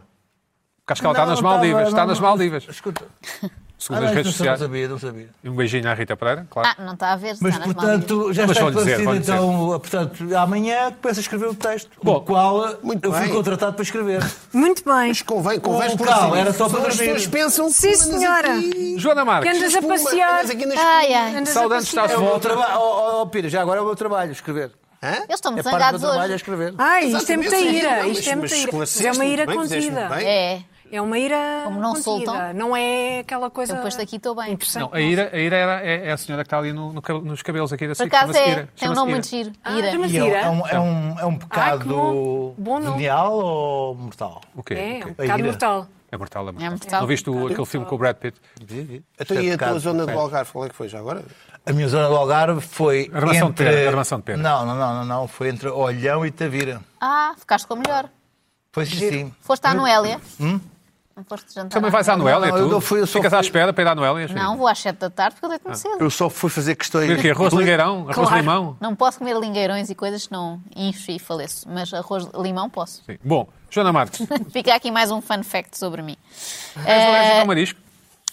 A: Acho que ela está
E: Não,
A: nas
E: não
A: Maldivas.
E: estava,
A: está
E: não,
A: nas
E: não.
A: Maldivas.
E: Escuta, ah,
A: Segundo
E: não,
A: as
E: isso
A: redes
E: não sabia,
A: sociais.
E: não sabia, não sabia.
A: E Um beijinho à Rita Pereira, claro.
D: Ah, não está a ver, se
E: Mas,
D: está nas Maldivas.
E: portanto, já
A: Mas
E: está
A: vão dizer,
E: esclarecido.
A: vão dizer.
E: Então, portanto, amanhã começo a escrever o texto,
A: Bom,
E: o qual
B: muito
E: eu fui
B: bem.
E: contratado para escrever.
C: Muito bem.
B: Mas convém, convém
E: O
B: por
E: local
B: si.
E: era só para
B: As pessoas
E: dormir.
B: pensam que
C: Sim,
B: andas
C: senhora.
B: aqui- é
A: Joana
C: Que
A: Marques,
C: andas a
B: espuma,
C: passear. Ah,
B: andas aqui na
D: Ai,
B: espuma.
D: ai.
C: Andas a
A: saudades
C: passear.
A: estás de
E: É o meu
A: volta.
E: trabalho, oh, oh, oh, Pira, já agora é o meu trabalho escrever.
B: Hã?
D: Eles estão
E: É
D: muito
E: parte do
D: zangados
E: meu trabalho
D: hoje.
E: é escrever.
C: Ai, isto é muita
B: Exatamente.
C: ira.
B: Não,
C: Isto
B: mas- mas
C: é muita ira. Mas
B: esclareceste
C: é uma ira
B: muito bem, fizeste muito
C: contida.
B: bem.
D: É.
C: É uma ira
D: Como não
C: contida.
D: soltam.
C: Não é aquela coisa.
D: Eu depois daqui estou bem.
C: Interessante.
A: Não, a Ira, a Ira era- é, é a senhora que está ali no- no cab- nos cabelos aqui da
D: Por
A: SIC.
D: acaso
A: Chama-se
D: é,
A: Ira.
D: tem um
A: Chama-se Ira.
D: nome muito giro.
C: Ah,
D: Ira.
C: mas-
E: E é, um-
C: Ira?
E: é um, é, um, é um
C: Ai,
E: pecado
C: que bom. Bom nome.
E: venial ou mortal?
A: O quê?
C: É, é um
A: O quê?
E: A
C: bocado
E: ira.
C: mortal.
A: É mortal, é mortal.
D: É mortal.
A: Não viste o- aquele filme com o Brad Pitt?
B: Então, e a tua
E: é Pecado.
B: zona do Algarve, qual é que foi já agora?
E: A minha zona do Algarve foi.
A: Armação de
E: entre...
A: Pedra, Armação de Pedra.
E: Não, não, não, não, não. Foi entre Olhão e Tavira.
D: Ah, ficaste com a melhor.
E: Foi assim, sim.
D: Foste à Noélia?
E: Hum?
D: Não foste jantar?
A: Também vais à Noélia,
E: não, eu
A: tu?
E: não fui, eu só
A: Ficas à
E: fui-
A: espera para ir à Noélia? Júlio?
D: Não, vou às 7 da tarde porque eu deito-me cedo.
E: Ah. Eu só fui fazer questões.
A: Comer o quê? Arroz de
E: Poli-
A: lingueirão? Arroz de
C: Claro.
A: limão?
D: Não posso comer lingueirões e coisas que não incho e faleço, mas arroz de limão posso. [laughs]
A: Sim. Bom, Joana Marques,
D: Fica aqui mais um fun fact sobre mim.
A: és alérgica
D: Eh,
A: ao marisco? É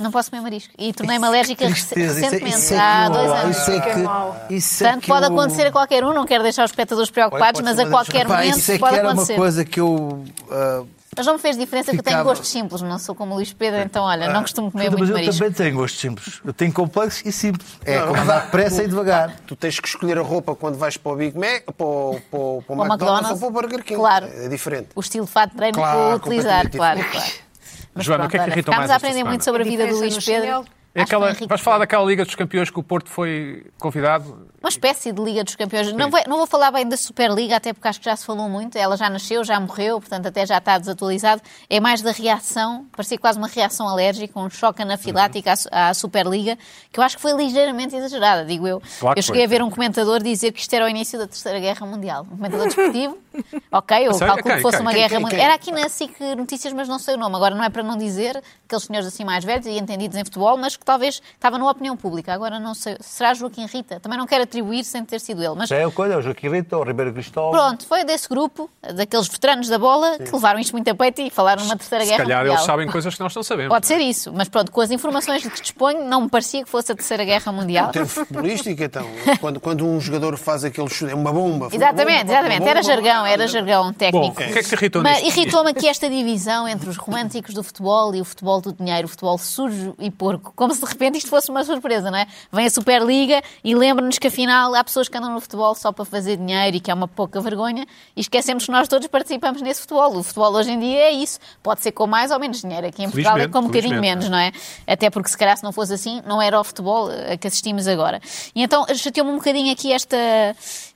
D: não posso comer marisco. E tornei-me alérgica rece-
E: é Tristeza, isso é-
D: recentemente,
E: isso é que
D: há
E: eu-
D: dois anos.
E: Isso é
C: Fiquei
E: que,
C: mal.
E: isso é
D: Portanto,
E: que
D: pode
E: eu-
D: acontecer a qualquer um, não quero deixar os espectadores preocupados,
E: Pode
D: mas
E: ser
D: a
E: uma das-
D: qualquer
E: Pá,
D: momento
E: Isso é que
D: pode
E: era uma
D: acontecer. é
E: coisa que eu. ah,
D: Mas não me fez diferença que eu tenho
E: Ficava- É. Ah.
D: gostos simples, não sou como o Luís Pedro, então olha, não costumo comer
E: Mas
D: muito
E: eu
D: marisco.
E: também tenho gostos simples. Eu tenho complexos e simples. É como andar depressa e devagar.
B: Tu tens que escolher a roupa quando vais para o Big Mac, para o, para o, para o
D: Para o
B: McDonald's,
D: McDonald's.
B: ou para o Burger King.
D: Claro.
B: É diferente.
D: O estilo de fato de treino que
B: Claro,
D: vou utilizar, claro,
B: completamente
D: claro. Mas
A: Joana, o
D: pronto,
A: que é que
D: olha,
A: irritou
D: ficámos
A: mais
D: a
A: esta
D: aprender muito
A: semana?
D: sobre a vida do
C: Diferença
D: Luís
C: no
D: Pedro.
C: chinelo.
A: É
D: Acho que foi
A: aquela,
D: enriquecedor.
A: vais falar daquela Liga dos Campeões que o Porto foi convidado?
D: Uma espécie de Liga dos Campeões. Não vou, não vou falar bem da Superliga, até porque acho que já se falou muito. Ela já nasceu, já morreu, portanto até já está desatualizado. É mais da reação, parecia quase uma reação alérgica, um choque anafilático
A: Uhum.
D: à su- à, Superliga, que eu acho que foi ligeiramente exagerada, digo eu.
A: Claro que
D: eu cheguei
A: foi.
D: a ver um comentador dizer que isto era o início da Terceira Guerra Mundial. Um comentador desportivo,
A: [laughs]
D: ok, eu
A: sério?
D: calculo
A: Quem?
D: que fosse
A: Quem?
D: uma
A: Quem?
D: guerra
B: Quem?
D: mundial.
B: Quem?
D: Era aqui na SIC Notícias, mas não sei o nome. Agora não é para não dizer aqueles senhores assim mais velhos e entendidos em futebol, mas que talvez estava na opinião pública. Agora não sei. Será Joaquim Rita? Também não quero atribuir sem ter sido ele. Mas
E: Já é o coisa, o Joaquim Rita, o Ribeiro Cristóvão.
D: pronto, foi desse grupo, daqueles veteranos da bola, que levaram isto muito a peito e falaram numa terceira
A: Se
D: guerra
A: calhar
D: mundial.
A: eles sabem coisas que nós não sabemos.
D: Pode
A: não é?
D: ser isso, mas pronto, com as informações de que disponho, não me parecia que fosse a terceira guerra mundial.
B: Em termos futebolísticos, então, quando, quando um jogador faz aquele chute, é uma bomba. foi uma
D: Exatamente,
B: bomba, uma
D: exatamente.
B: bomba.
D: Era jargão, era jargão
A: Bom, o
D: técnico.
A: que é que te irritou
D: Mas
A: nisto?
D: irritou-me
A: [laughs]
D: aqui esta divisão entre os românticos do futebol e o futebol do dinheiro, o futebol sujo e porco. Como se de repente isto fosse uma surpresa, não é? Vem a Superliga e lembra-nos que afinal há pessoas que andam no futebol só para fazer dinheiro e que é uma pouca vergonha e esquecemos que nós todos participamos nesse futebol. O futebol hoje em dia é isso. Pode ser com mais ou menos dinheiro. Aqui em Portugal é
A: Felizmente,
D: com um bocadinho
A: felizmente.
D: menos menos, não é? Até porque se calhar se não fosse assim, não era o futebol eh, que assistimos agora. E então chateou-me um bocadinho aqui esta.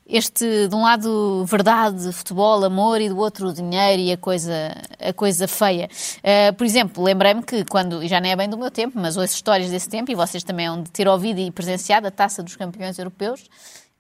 D: Este, de um lado, verdade, futebol, amor, e do outro, o dinheiro e a coisa, a coisa feia. Eh, por exemplo, lembrei-me que quando, e já nem é bem do meu tempo, mas ouço histórias desse tempo, e vocês também hão de ter ouvido e presenciado a taça dos campeões europeus,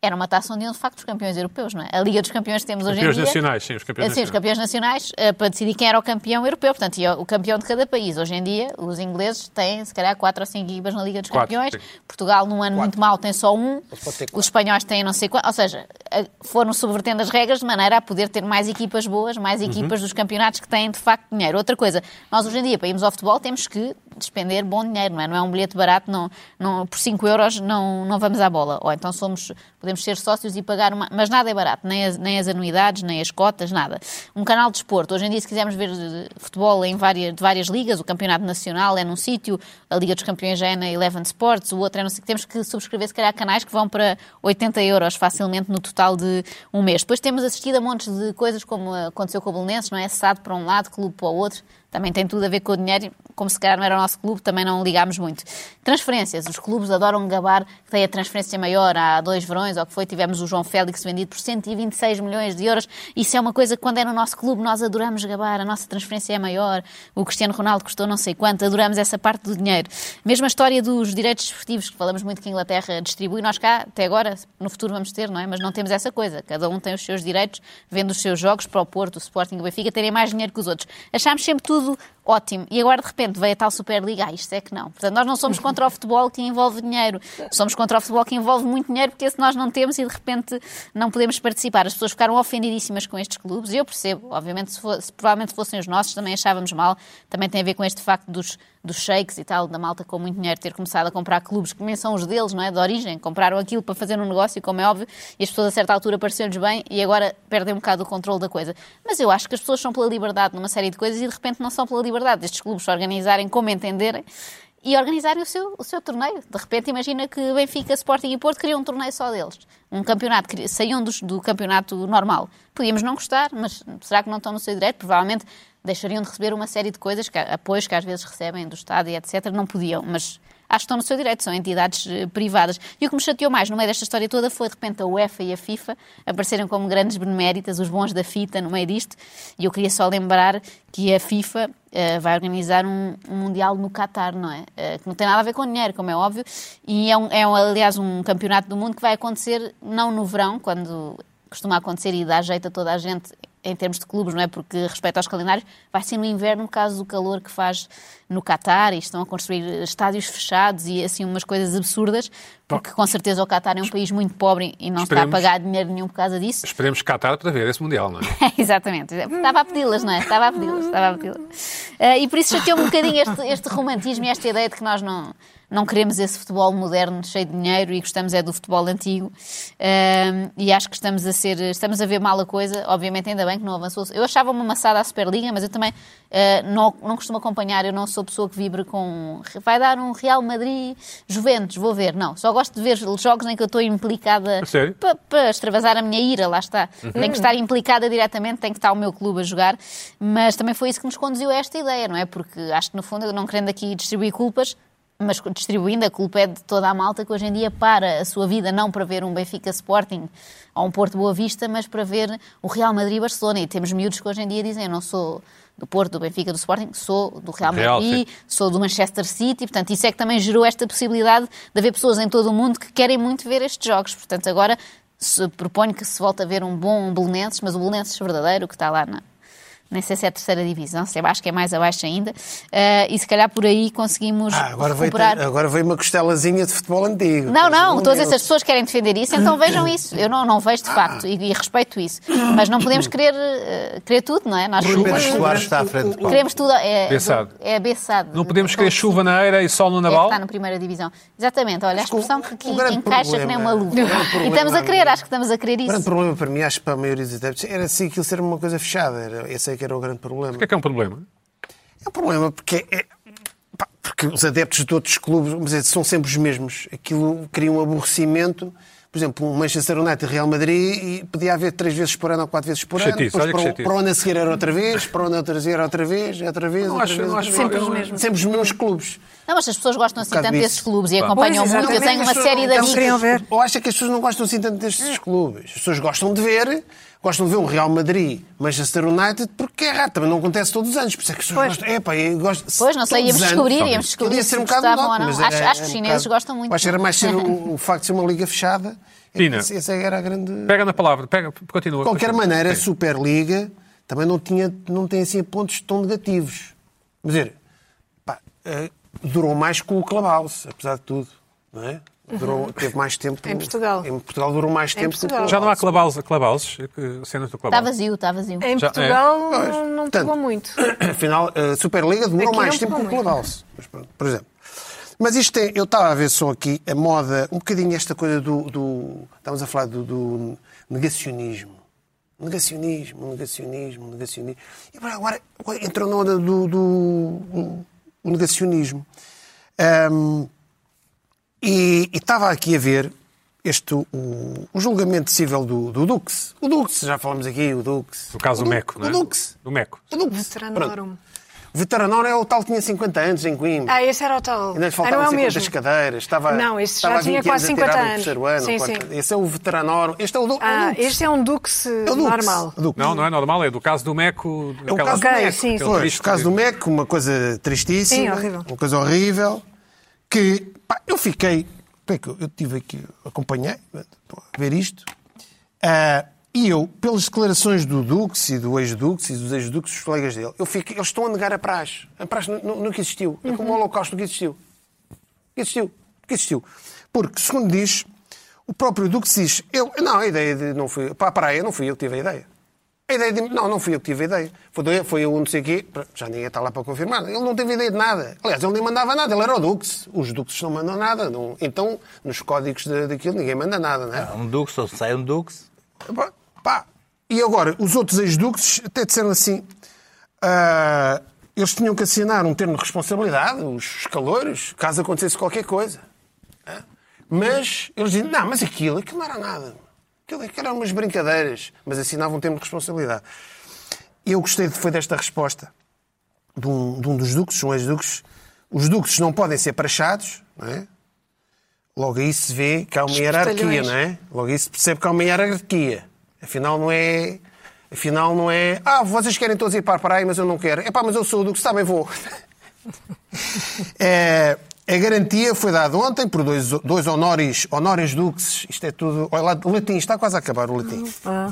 D: era uma taça onde iam de facto os campeões europeus, não é? A Liga dos Campeões que temos hoje em
A: Campeões
D: dia. É,
A: nacionais, sim, os campeões
D: Sim, Assim, os
A: nacionais.
D: campeões nacionais eh, para decidir quem era o campeão europeu, portanto, ia o campeão de cada país. Hoje em dia, os ingleses têm, se calhar, quatro ou cinco equipas na Liga dos
A: Quatro,
D: Campeões.
A: sim.
D: Portugal, num ano muito mau, tem só um.
B: pode ter quatro.
D: Os espanhóis têm não sei quanto. Ou seja, eh, foram subvertendo as regras de maneira a poder ter mais equipas boas, mais
A: Uhum.
D: equipas dos campeonatos que têm, de facto, dinheiro. Outra coisa, nós hoje em dia, para irmos ao futebol, temos que despender bom dinheiro, não é? Não é um bilhete barato, não, não, por 5 euros não, não vamos à bola. Ou então somos, podemos ser sócios e pagar uma. Mas nada é barato, nem as, nem as anuidades, nem as cotas, nada. Um canal de desporto, hoje em dia, se quisermos ver eh, futebol em várias, de várias ligas, o Campeonato Nacional é num sítio, a Liga dos Campeões já é na Eleven Sports, o outro é não sei o que, temos que subscrever, se calhar, canais que vão para 80 euros facilmente no total de um mês. Depois temos assistido a montes de coisas como eh, aconteceu com o Belenenses, não é? Cessado para um lado, clube para o outro. Também tem tudo a ver com o dinheiro, como se calhar não era o nosso clube, também não ligámos muito. Transferências. Os clubes adoram gabar que tem a transferência maior há dois verões, ou que foi, tivemos o João Félix vendido por 126 milhões de euros. Isso é uma coisa que quando é no nosso clube nós adoramos gabar, a nossa transferência é maior, o Cristiano Ronaldo custou não sei quanto, adoramos essa parte do dinheiro. Mesma história dos direitos desportivos, que falamos muito que a Inglaterra distribui, nós cá, até agora, no futuro vamos ter, não é? Mas não temos essa coisa. Cada um tem os seus direitos, vendo os seus jogos para o Porto, o Sporting, o Benfica, terem mais dinheiro que os outros. Achámos sempre tudo ótimo. E agora, de repente, veio a tal Superliga. Ah, isto é que não. Portanto, nós não somos contra o futebol que envolve dinheiro. Somos contra o futebol que envolve muito dinheiro, porque esse nós não temos e, de repente, não podemos participar. As pessoas ficaram ofendidíssimas com estes clubes. E eu percebo. Obviamente, se, fo- se provavelmente fossem os nossos, também achávamos mal. Também tem a ver com este facto dos, dos shakes e tal, da malta com muito dinheiro ter começado a comprar clubes que nem são os deles, não é? De origem. Compraram aquilo para fazer um negócio, como é óbvio, e as pessoas a certa altura pareceu-lhes bem e agora perdem um bocado o controle da coisa. Mas eu acho que as pessoas são pela liberdade numa série de coisas e de repente não são pela liberdade. Estes clubes se organizarem como entenderem e organizarem o seu, o seu torneio. De repente, imagina que Benfica, Sporting e Porto criam um torneio só deles. Um campeonato, cri- saíam dos- do campeonato normal. Podíamos não gostar, mas será que não estão no seu direito? Provavelmente deixariam de receber uma série de coisas, que, apoios que às vezes recebem do Estado e etc. Não podiam, mas acho que estão no seu direito, são entidades eh, privadas. E o que me chateou mais no meio desta história toda foi, de repente, a UEFA e a FIFA apareceram como grandes beneméritas, os bons da fita no meio disto. E eu queria só lembrar que a FIFA eh, vai organizar um, um Mundial no Qatar, não é? Eh, que não tem nada a ver com dinheiro, como é óbvio. E é, um, é um, aliás, um campeonato do mundo que vai acontecer não no verão, quando costuma acontecer e dá jeito a toda a gente em termos de clubes, não é? Porque respeito aos calendários, vai ser no inverno, por causa do calor que faz no Qatar e estão a construir estádios fechados e assim umas coisas absurdas, porque com certeza o Qatar é um país muito pobre e não está a
A: Esperemos.
D: pagar dinheiro nenhum por causa disso.
A: Esperemos Qatar para ver esse Mundial, não é?
D: [laughs] Exatamente. Estava a pedi-las, não é? Estava a pedi-las. Estava a pedi-las. Eh, e por isso chateou um bocadinho este, este romantismo e esta ideia de que nós não, não queremos esse futebol moderno, cheio de dinheiro, e gostamos é do futebol antigo. Eh, e acho que estamos a ser, estamos a ver mal a coisa. Obviamente, ainda bem que não avançou. Eu achava uma maçada à Superliga, mas eu também eh, não, não costumo acompanhar. Eu não sou pessoa que vibra com. Vai dar um Real Madrid Juventus, vou ver. Não, só gosto de ver jogos em que eu estou implicada
A: A sério?
D: para, extravasar a minha ira, lá está.
A: Uhum.
D: Tenho que estar implicada diretamente, tem que estar o meu clube a jogar, mas também foi isso que nos conduziu a esta ideia, não é? Porque acho que no fundo, eu não querendo aqui distribuir culpas, mas distribuindo a culpa é de toda a malta que hoje em dia para a sua vida, não para ver um Benfica Sporting ou um Porto Boa Vista, mas para ver o Real Madrid e Barcelona. E temos miúdos que hoje em dia dizem, eu não sou do Porto, do Benfica, do Sporting, sou do Real
A: Real,
D: Madrid,
A: sim.
D: sou do Manchester City, portanto, isso é que também gerou esta possibilidade de haver pessoas em todo o mundo que querem muito ver estes jogos. Portanto, agora se proponho que se volte a ver um bom Belenenses, mas o Belenenses verdadeiro que está lá na. Nem sei se é a terceira divisão, se é, acho que é mais abaixo ainda. eh, e se calhar por aí conseguimos
B: Ah, agora, veio,
D: recuperar.
B: agora veio uma costelazinha de futebol antigo. um
D: Não, não, todas
B: Meu
D: essas pessoas querem defender isso, então vejam isso. Eu não, não vejo de
B: Ah.
D: facto e, e respeito isso. Mas não podemos querer, eh, querer tudo, não é? Nós
E: Rui Pedro
D: queremos-
E: Soares está à frente, Paulo.
D: queremos tudo. É
A: Bessado.
D: É abeçado.
A: Não podemos
D: Então,
A: querer chuva na eira e sol no
D: é que
A: naval?
D: está na primeira divisão. Exatamente, olha, a
B: o-
D: expressão que aqui
B: o grande
D: encaixa que nem
B: problema-
D: uma luva.
B: o grande
D: E
B: problema-
D: estamos a querer, acho que estamos a querer
B: O grande
D: isso.
B: problema para mim, acho que para a maioria dos adeptos, era se aquilo ser uma coisa fechada. Era, esse é que era o grande problema.
A: O que é que é um problema?
B: É um problema porque, é- pá, porque os adeptos de outros clubes vamos dizer, são sempre os mesmos. Aquilo cria um aborrecimento. Por exemplo, um Manchester United e Real Madrid e podia haver três vezes por ano ou quatro vezes por ano.
A: Chatice,
B: depois
A: olha que
B: para, o-
A: chatice.
B: para o ano a seguir era outra vez, para o ano a seguir era outra vez, outra vez,
A: Não
B: outra
A: acho-
B: vez.
A: não
B: outra
A: acho-
B: vez.
A: Sempre os mesmos.
B: Sempre os mesmos clubes.
D: Não, mas as pessoas gostam
B: Um
D: assim
B: bocado
D: tanto desses
B: disso.
D: clubes e acompanham
C: Pois,
D: muito. Eu tenho
C: exatamente,
D: uma
C: as pessoas-
D: série de
C: então,
D: amigos.
C: queriam ver.
B: Eu acho é que as pessoas não gostam assim tanto destes clubes. As pessoas gostam de ver, gostam de ver um Real Madrid, Manchester United, porque é raro, também não acontece todos os anos. Por isso é que as pessoas
C: Pois.
B: gostam. É, pá, eu gosto, se
D: Pois, não sei,
B: todos
D: íamos
B: os anos-
D: descobrir, íamos
B: é, Podia
D: descobrir
B: ser
D: se
B: um bocado
D: gostavam ou
B: monótono,
D: não.
B: mas
D: Acho-
B: era-
D: acho que os
B: é um
D: chineses
B: bocado-
D: gostam muito. Tá
B: Acho que era mais
D: [laughs]
B: ser um, o, o facto de ser uma liga fechada. É que
A: Pina.
B: esse- Essa era a grande.
A: Pega na palavra, pega, continua.
B: De qualquer maneira, a Superliga também não, tinha, não tem assim pontos tão negativos. Quer dizer, pá, eh, durou mais que o Clubhouse, apesar de tudo. Não é? durou, teve mais tempo.
C: Em Portugal.
B: Em Portugal durou mais tempo que o
C: Portugal.
A: Já não há
B: Clubhouse.
A: clabauses, clabauses que- cenas do
D: Está
A: clabauses.
D: vazio, está vazio.
B: É
C: Em
A: Já-
C: Portugal
B: Pois,
C: não, não
B: portanto,
C: pegou muito.
B: [coughs] Afinal, a eh, Superliga demorou
C: Aqui
B: mais
C: não
B: tempo que o
C: pegou muito.
B: Clubhouse, mas pronto, por exemplo. Mas isto é, eu estava a ver só aqui a moda, um bocadinho esta coisa do. do estávamos a falar do, do negacionismo. Negacionismo, negacionismo, negacionismo. E agora, agora- agora entrou na onda do, do- do- o negacionismo. Ahm, e e estava aqui a ver este, o, o julgamento civil do, do Dux. O Dux, já falamos aqui, o Dux.
A: No caso
B: O
A: do
B: Du-
A: Meco, não é?
B: O Dux.
A: Do Meco.
B: O Dux.
C: Veterano
B: Pronto.
C: número um.
B: Vitor Anor é o tal que tinha 50 anos em Coimbra.
C: Ah, esse era o tal.
B: Ainda lhe
C: Ah, não
B: faltavam
C: é o
B: 50
C: mesmo.
B: cadeiras. Estava,
C: Não, esse já
B: estava há
C: tinha
B: 20
C: quase
B: anos a tirar
C: 50
B: o terceiro
C: anos.
B: ano,
C: Sim,
B: o quarto-
C: sim.
B: Este é o Veterano Anor. Este é o, do,
C: Ah,
B: o Dux.
C: este é um Dux eh,
B: É o Dux.
C: normal.
B: O Dux.
A: Não, não é normal, é do caso do Meco.
B: É o
A: aquela-
B: caso do
C: Ok,
B: MEC.
C: sim, sim.
B: Pois,
A: Triste.
B: o caso do MEC, uma coisa tristíssima.
C: Sim, horrível.
B: Uma coisa horrível. Que pá, eu fiquei. como é que Eu eu tive aqui, acompanhei, estou a ver isto. Ah, e eu, pelas declarações do Dux e do ex-Dux e dos ex-Dux, dos colegas dele, eu fico, eles estão a negar a praxe. A praxe nu- nu- nunca existiu. É
C: Uhum.
B: como o Holocausto nunca existiu. que existiu. que existiu. Porque, segundo diz, o próprio Duque diz, eu, não, a ideia de não fui, para a praia não fui eu que tive a ideia. A ideia de, não, não fui eu que tive a ideia. Foi, do- foi eu, um não sei o quê, pronto, já ninguém está lá para confirmar. Ele não teve ideia de nada. Aliás, ele nem mandava nada, ele era o Dux. Os Duques não mandam nada. não- então, nos códigos da- daquilo, ninguém manda nada, não é?
E: Um Dux, ou sai um Dux.
B: Pá, pá. E agora, os outros ex-duques até disseram assim: ah, eles tinham que assinar um termo de responsabilidade, os calores, caso acontecesse qualquer coisa. Ah, Mas eles dizem: não, mas aquilo, aquilo não era nada. Aquilo, aquilo eram umas brincadeiras, mas assinavam um termo de responsabilidade. Eu gostei de- foi desta resposta de um, de um dos duques, um ex-duques. Os duques não podem ser praxados, não é? Logo aí se vê que há uma hierarquia,
C: portalhões.
B: não é? Logo aí se percebe que há uma hierarquia. Afinal não é... Afinal não é... Ah, vocês querem todos ir para a praia, mas eu não quero. Epá, mas eu sou o duque, está bem, vou. É, é, A garantia foi dada ontem por dois, dois honoris, honoris duxes, isto é tudo. Olha lá, o latim, está quase a acabar o latim.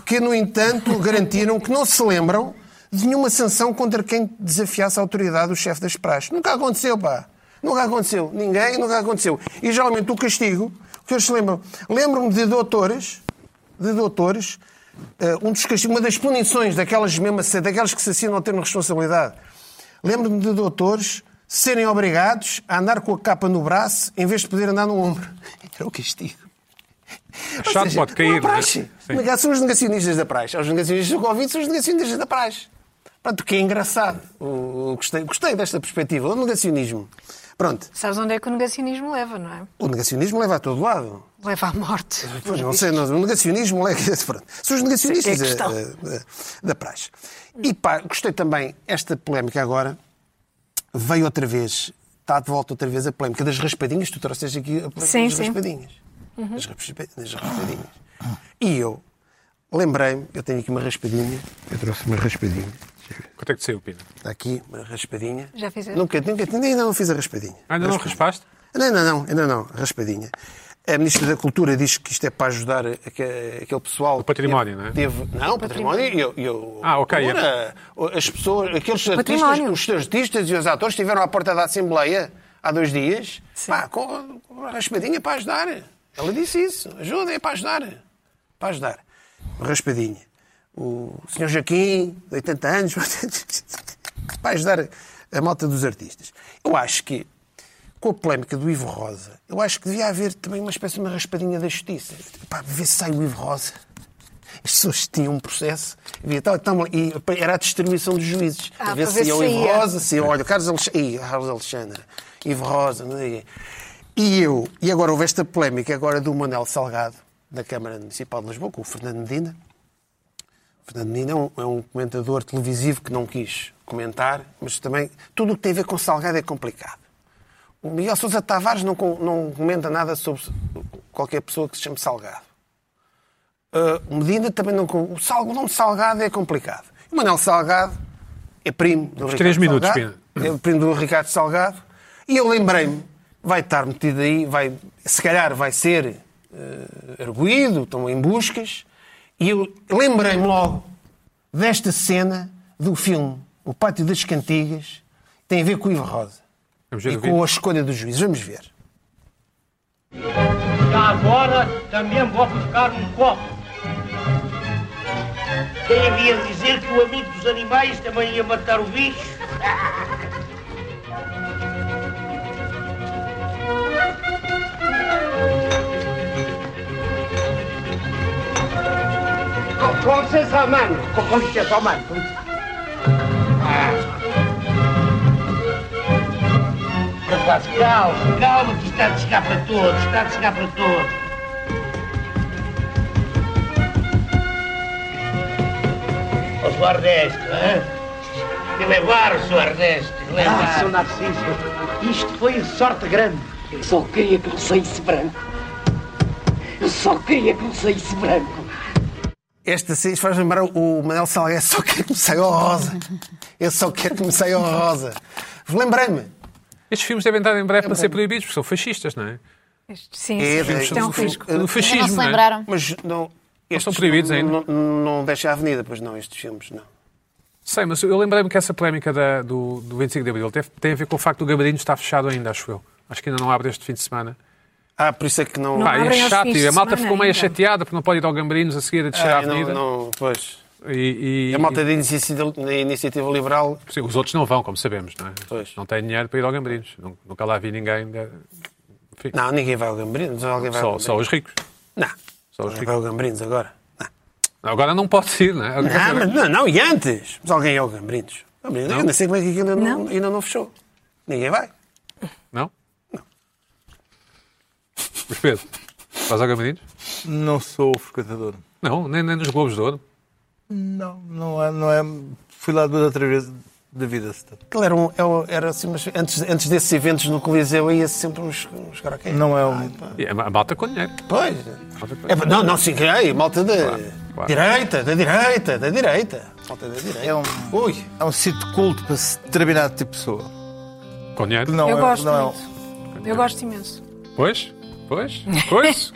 B: Que, no entanto, garantiram que não se lembram de nenhuma sanção contra quem desafiasse a autoridade do chefe das praxes. Nunca aconteceu, pá. Nunca aconteceu. Ninguém, nunca aconteceu. E geralmente o castigo, o que eles se lembram? Lembram-me de doutores, de doutores, eh, um dos castigos, uma das punições daquelas mesmo, daquelas que se assinam ao termo de responsabilidade. Lembro-me de doutores serem obrigados a andar com a capa no braço em vez de poder andar no ombro. [laughs] Era o castigo.
A: A
B: Ou
A: chave
B: seja,
A: pode cair. é?
B: Uma praxe.
A: Sim.
B: Negado São os negacionistas da praxe. Os negacionistas do Covid são os negacionistas da praxe. Pronto, que é engraçado. O- o- Gostei, gostei desta perspectiva. O negacionismo. Pronto.
C: Sabes onde é que o negacionismo leva, não é?
B: O negacionismo leva a todo lado.
C: Leva à morte.
B: Pois não sei, não, o negacionismo é [laughs] pronto. São os negacionistas
C: É a questão.
B: da, da- da praxe. E pá, gostei também, esta polémica agora veio outra vez, está de volta outra vez a polémica das raspadinhas, tu trouxeste aqui a polémica
C: Sim, Uhum.
B: das
C: sim.
B: raspadinhas. Das, raspa- das raspadinhas. E eu lembrei-me, eu tenho aqui uma raspadinha, eu trouxe uma raspadinha,
A: Quanto é que te saiu, Pina?
B: está aqui uma raspadinha.
C: Já fizeste?
B: Nunca, nunca, ainda não fiz a raspadinha.
A: Ainda não raspaste?
B: Não, não, não, ainda não, raspadinha. A Ministra da Cultura diz que isto é para ajudar aque- aquele pessoal. O
A: património, não é?
B: Não, o património e eu, eu.
A: Ah, ok,
B: Cultura, As pessoas, aqueles artistas,
C: Património.
B: os artistas e os atores estiveram à porta da Assembleia há dois dias,
C: Sim.
B: pá, com com uma raspadinha para ajudar. Ela disse isso. Ajuda, é para ajudar. Para ajudar. Uma raspadinha. O senhor Joaquim, de 80 anos, [laughs] para ajudar a malta dos artistas. Eu acho que com a polémica do Ivo Rosa, eu acho que devia haver também uma espécie de uma raspadinha da justiça. Pá, vê se sai o Ivo Rosa. As pessoas tinham um processo havia tal, tal, e era a distribuição dos juízes.
C: Ah,
B: a ver
C: para
B: se
C: ver
B: ia o
C: se
B: Ivo
C: ia.
B: Rosa, se ia, olha, Carlos Alexandre, Ih, Carlos Alexandre, Ivo Rosa, não sei o quê. E eu, e agora houve esta polémica agora do Manuel Salgado, da Câmara Municipal de Lisboa, com o Fernando Medina, Fernando Medina é um, é um comentador televisivo que não quis comentar, mas também tudo o que tem a ver com Salgado é complicado. O Miguel Sousa Tavares não, com- não comenta nada sobre qualquer pessoa que se chame Salgado. Ah, o Medina também não. com- O, sal, o nome Salgado é complicado. O Manuel Salgado é primo do Ricardo
A: três minutos,
B: Salgado. É primo do Ricardo Salgado. E eu lembrei-me, vai estar metido aí, vai, se calhar vai ser eh, arguído, estão em buscas. E eu lembrei-me logo desta cena do filme O Pátio das Cantigas, tem a ver com o Ivo Rosa
A: Vamos ver
B: e
A: o vídeo.
B: com a escolha dos juízes. Vamos ver.
F: E Tá, agora também vou buscar um copo. Quem havia de dizer que o amigo dos animais também ia matar o bicho? Com, com licença, mano. Com, com licença, mano. Com licença. Ah. Rapaz, calma, calma, que está a chegar para todos, está a chegar para todos. Ó, Sr. Ernesto, hã? Que levaram, Sr. Ernesto, que levaram.
G: Ah, seu Narciso, isto foi sorte grande. Eu só queria que não saísse branco. Eu só queria que não saísse branco.
B: Esta cena faz lembrar o Manuel Salgueiro. Eu só quero que me saia o rosa. Eu só quero que me saia o rosa. Lembrei-me.
A: Estes filmes devem estar em breve para ser proibidos, porque são fascistas, não é?
C: Isto-
B: É,
C: Sim, sim, isto
B: é,
C: é um
B: o-
C: risco.
B: o-
A: Do
D: Ainda
A: fascismo,
D: não se
A: não é?
D: lembraram.
B: Mas não. estes
A: são proibidos
B: não-
A: ainda.
B: Não, não deixa a avenida, pois não, estes filmes, não.
A: Sei, mas eu lembrei-me que essa polémica da- do, do 25 de Abril teve- tem a ver com o facto do gabarito estar fechado ainda, acho eu. Acho que ainda não abre este fim de semana.
B: Ah, por isso é que não.
C: Não
A: Pá, e é
C: abrem aos
A: chato.
C: fins de
A: E a malta
C: semana
A: ficou meio
C: ainda.
A: chateada porque não pode ir ao Gambarinos a seguir a descer à
B: Ah, não,
A: avenida.
B: não, pois.
A: E, e-
B: A malta da iniciativa, da iniciativa liberal.
A: e- sim, os outros não vão, como sabemos, não é?
B: Pois.
A: Não têm dinheiro para ir ao Gambarinos. Nun- Nunca lá vi ninguém. de- Enfim,
B: Não, ninguém vai ao Gambrinos. Alguém vai
A: só,
B: ao
A: só os ricos.
B: Não.
A: só os
B: Alguém
A: ricos.
B: vai ao
A: [laughs]
B: Gambrinos agora.
A: Agora não pode ir, não é? Agora-
B: Ah, mas não, não, e antes? Mas alguém é o Gambrinos. Gambrinos, Eu não sei como é que aquilo ainda não, ainda não fechou. Ninguém vai.
A: Não? Não. Mas Pedro, vais ao Gambarinos?
E: Não sou frequentador.
A: Não, nem, nem nos Globos de Ouro.
E: Não, não é, não é. Fui lá duas ou três vezes da vida. se tanto.
B: Aquilo era, um, era- era assim, mas antes, antes desses eventos no Coliseu ia sempre uns, uns caraqueiros.
E: Não é um.
A: E a ma- a malta com dinheiro.
B: Pois. É, pá, não, não se enganei, malta da
A: claro.
B: direita, da direita, da direita. Malta da direita.
E: É um,
B: Ui,
E: é um sítio culto para se- determinado tipo de pessoa.
A: Com dinheiro.
E: Não
C: Eu
E: é,
C: gosto
E: não é um-
C: muito. Eu gosto imenso.
A: Pois? Pois? Pois?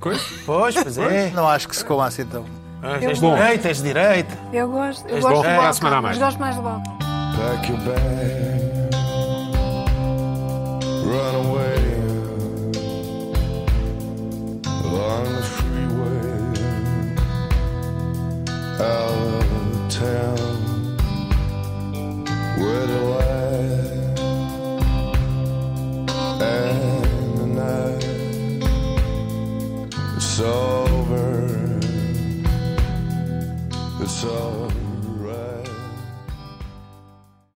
A: Pois?
B: Pois, pois é.
E: um- Não acho que se coma assim tão.
B: Tens
A: Bom.
B: direita, tens direita.
C: Eu gosto. Eu
A: És
C: gosto
A: bom,
C: de
A: para a
C: balcão,
A: semana há mais.
C: Mas gosto mais de balcão.
H: Pack your bag, run away along the freeway, out of town. Where the light and the night it's over, it's over.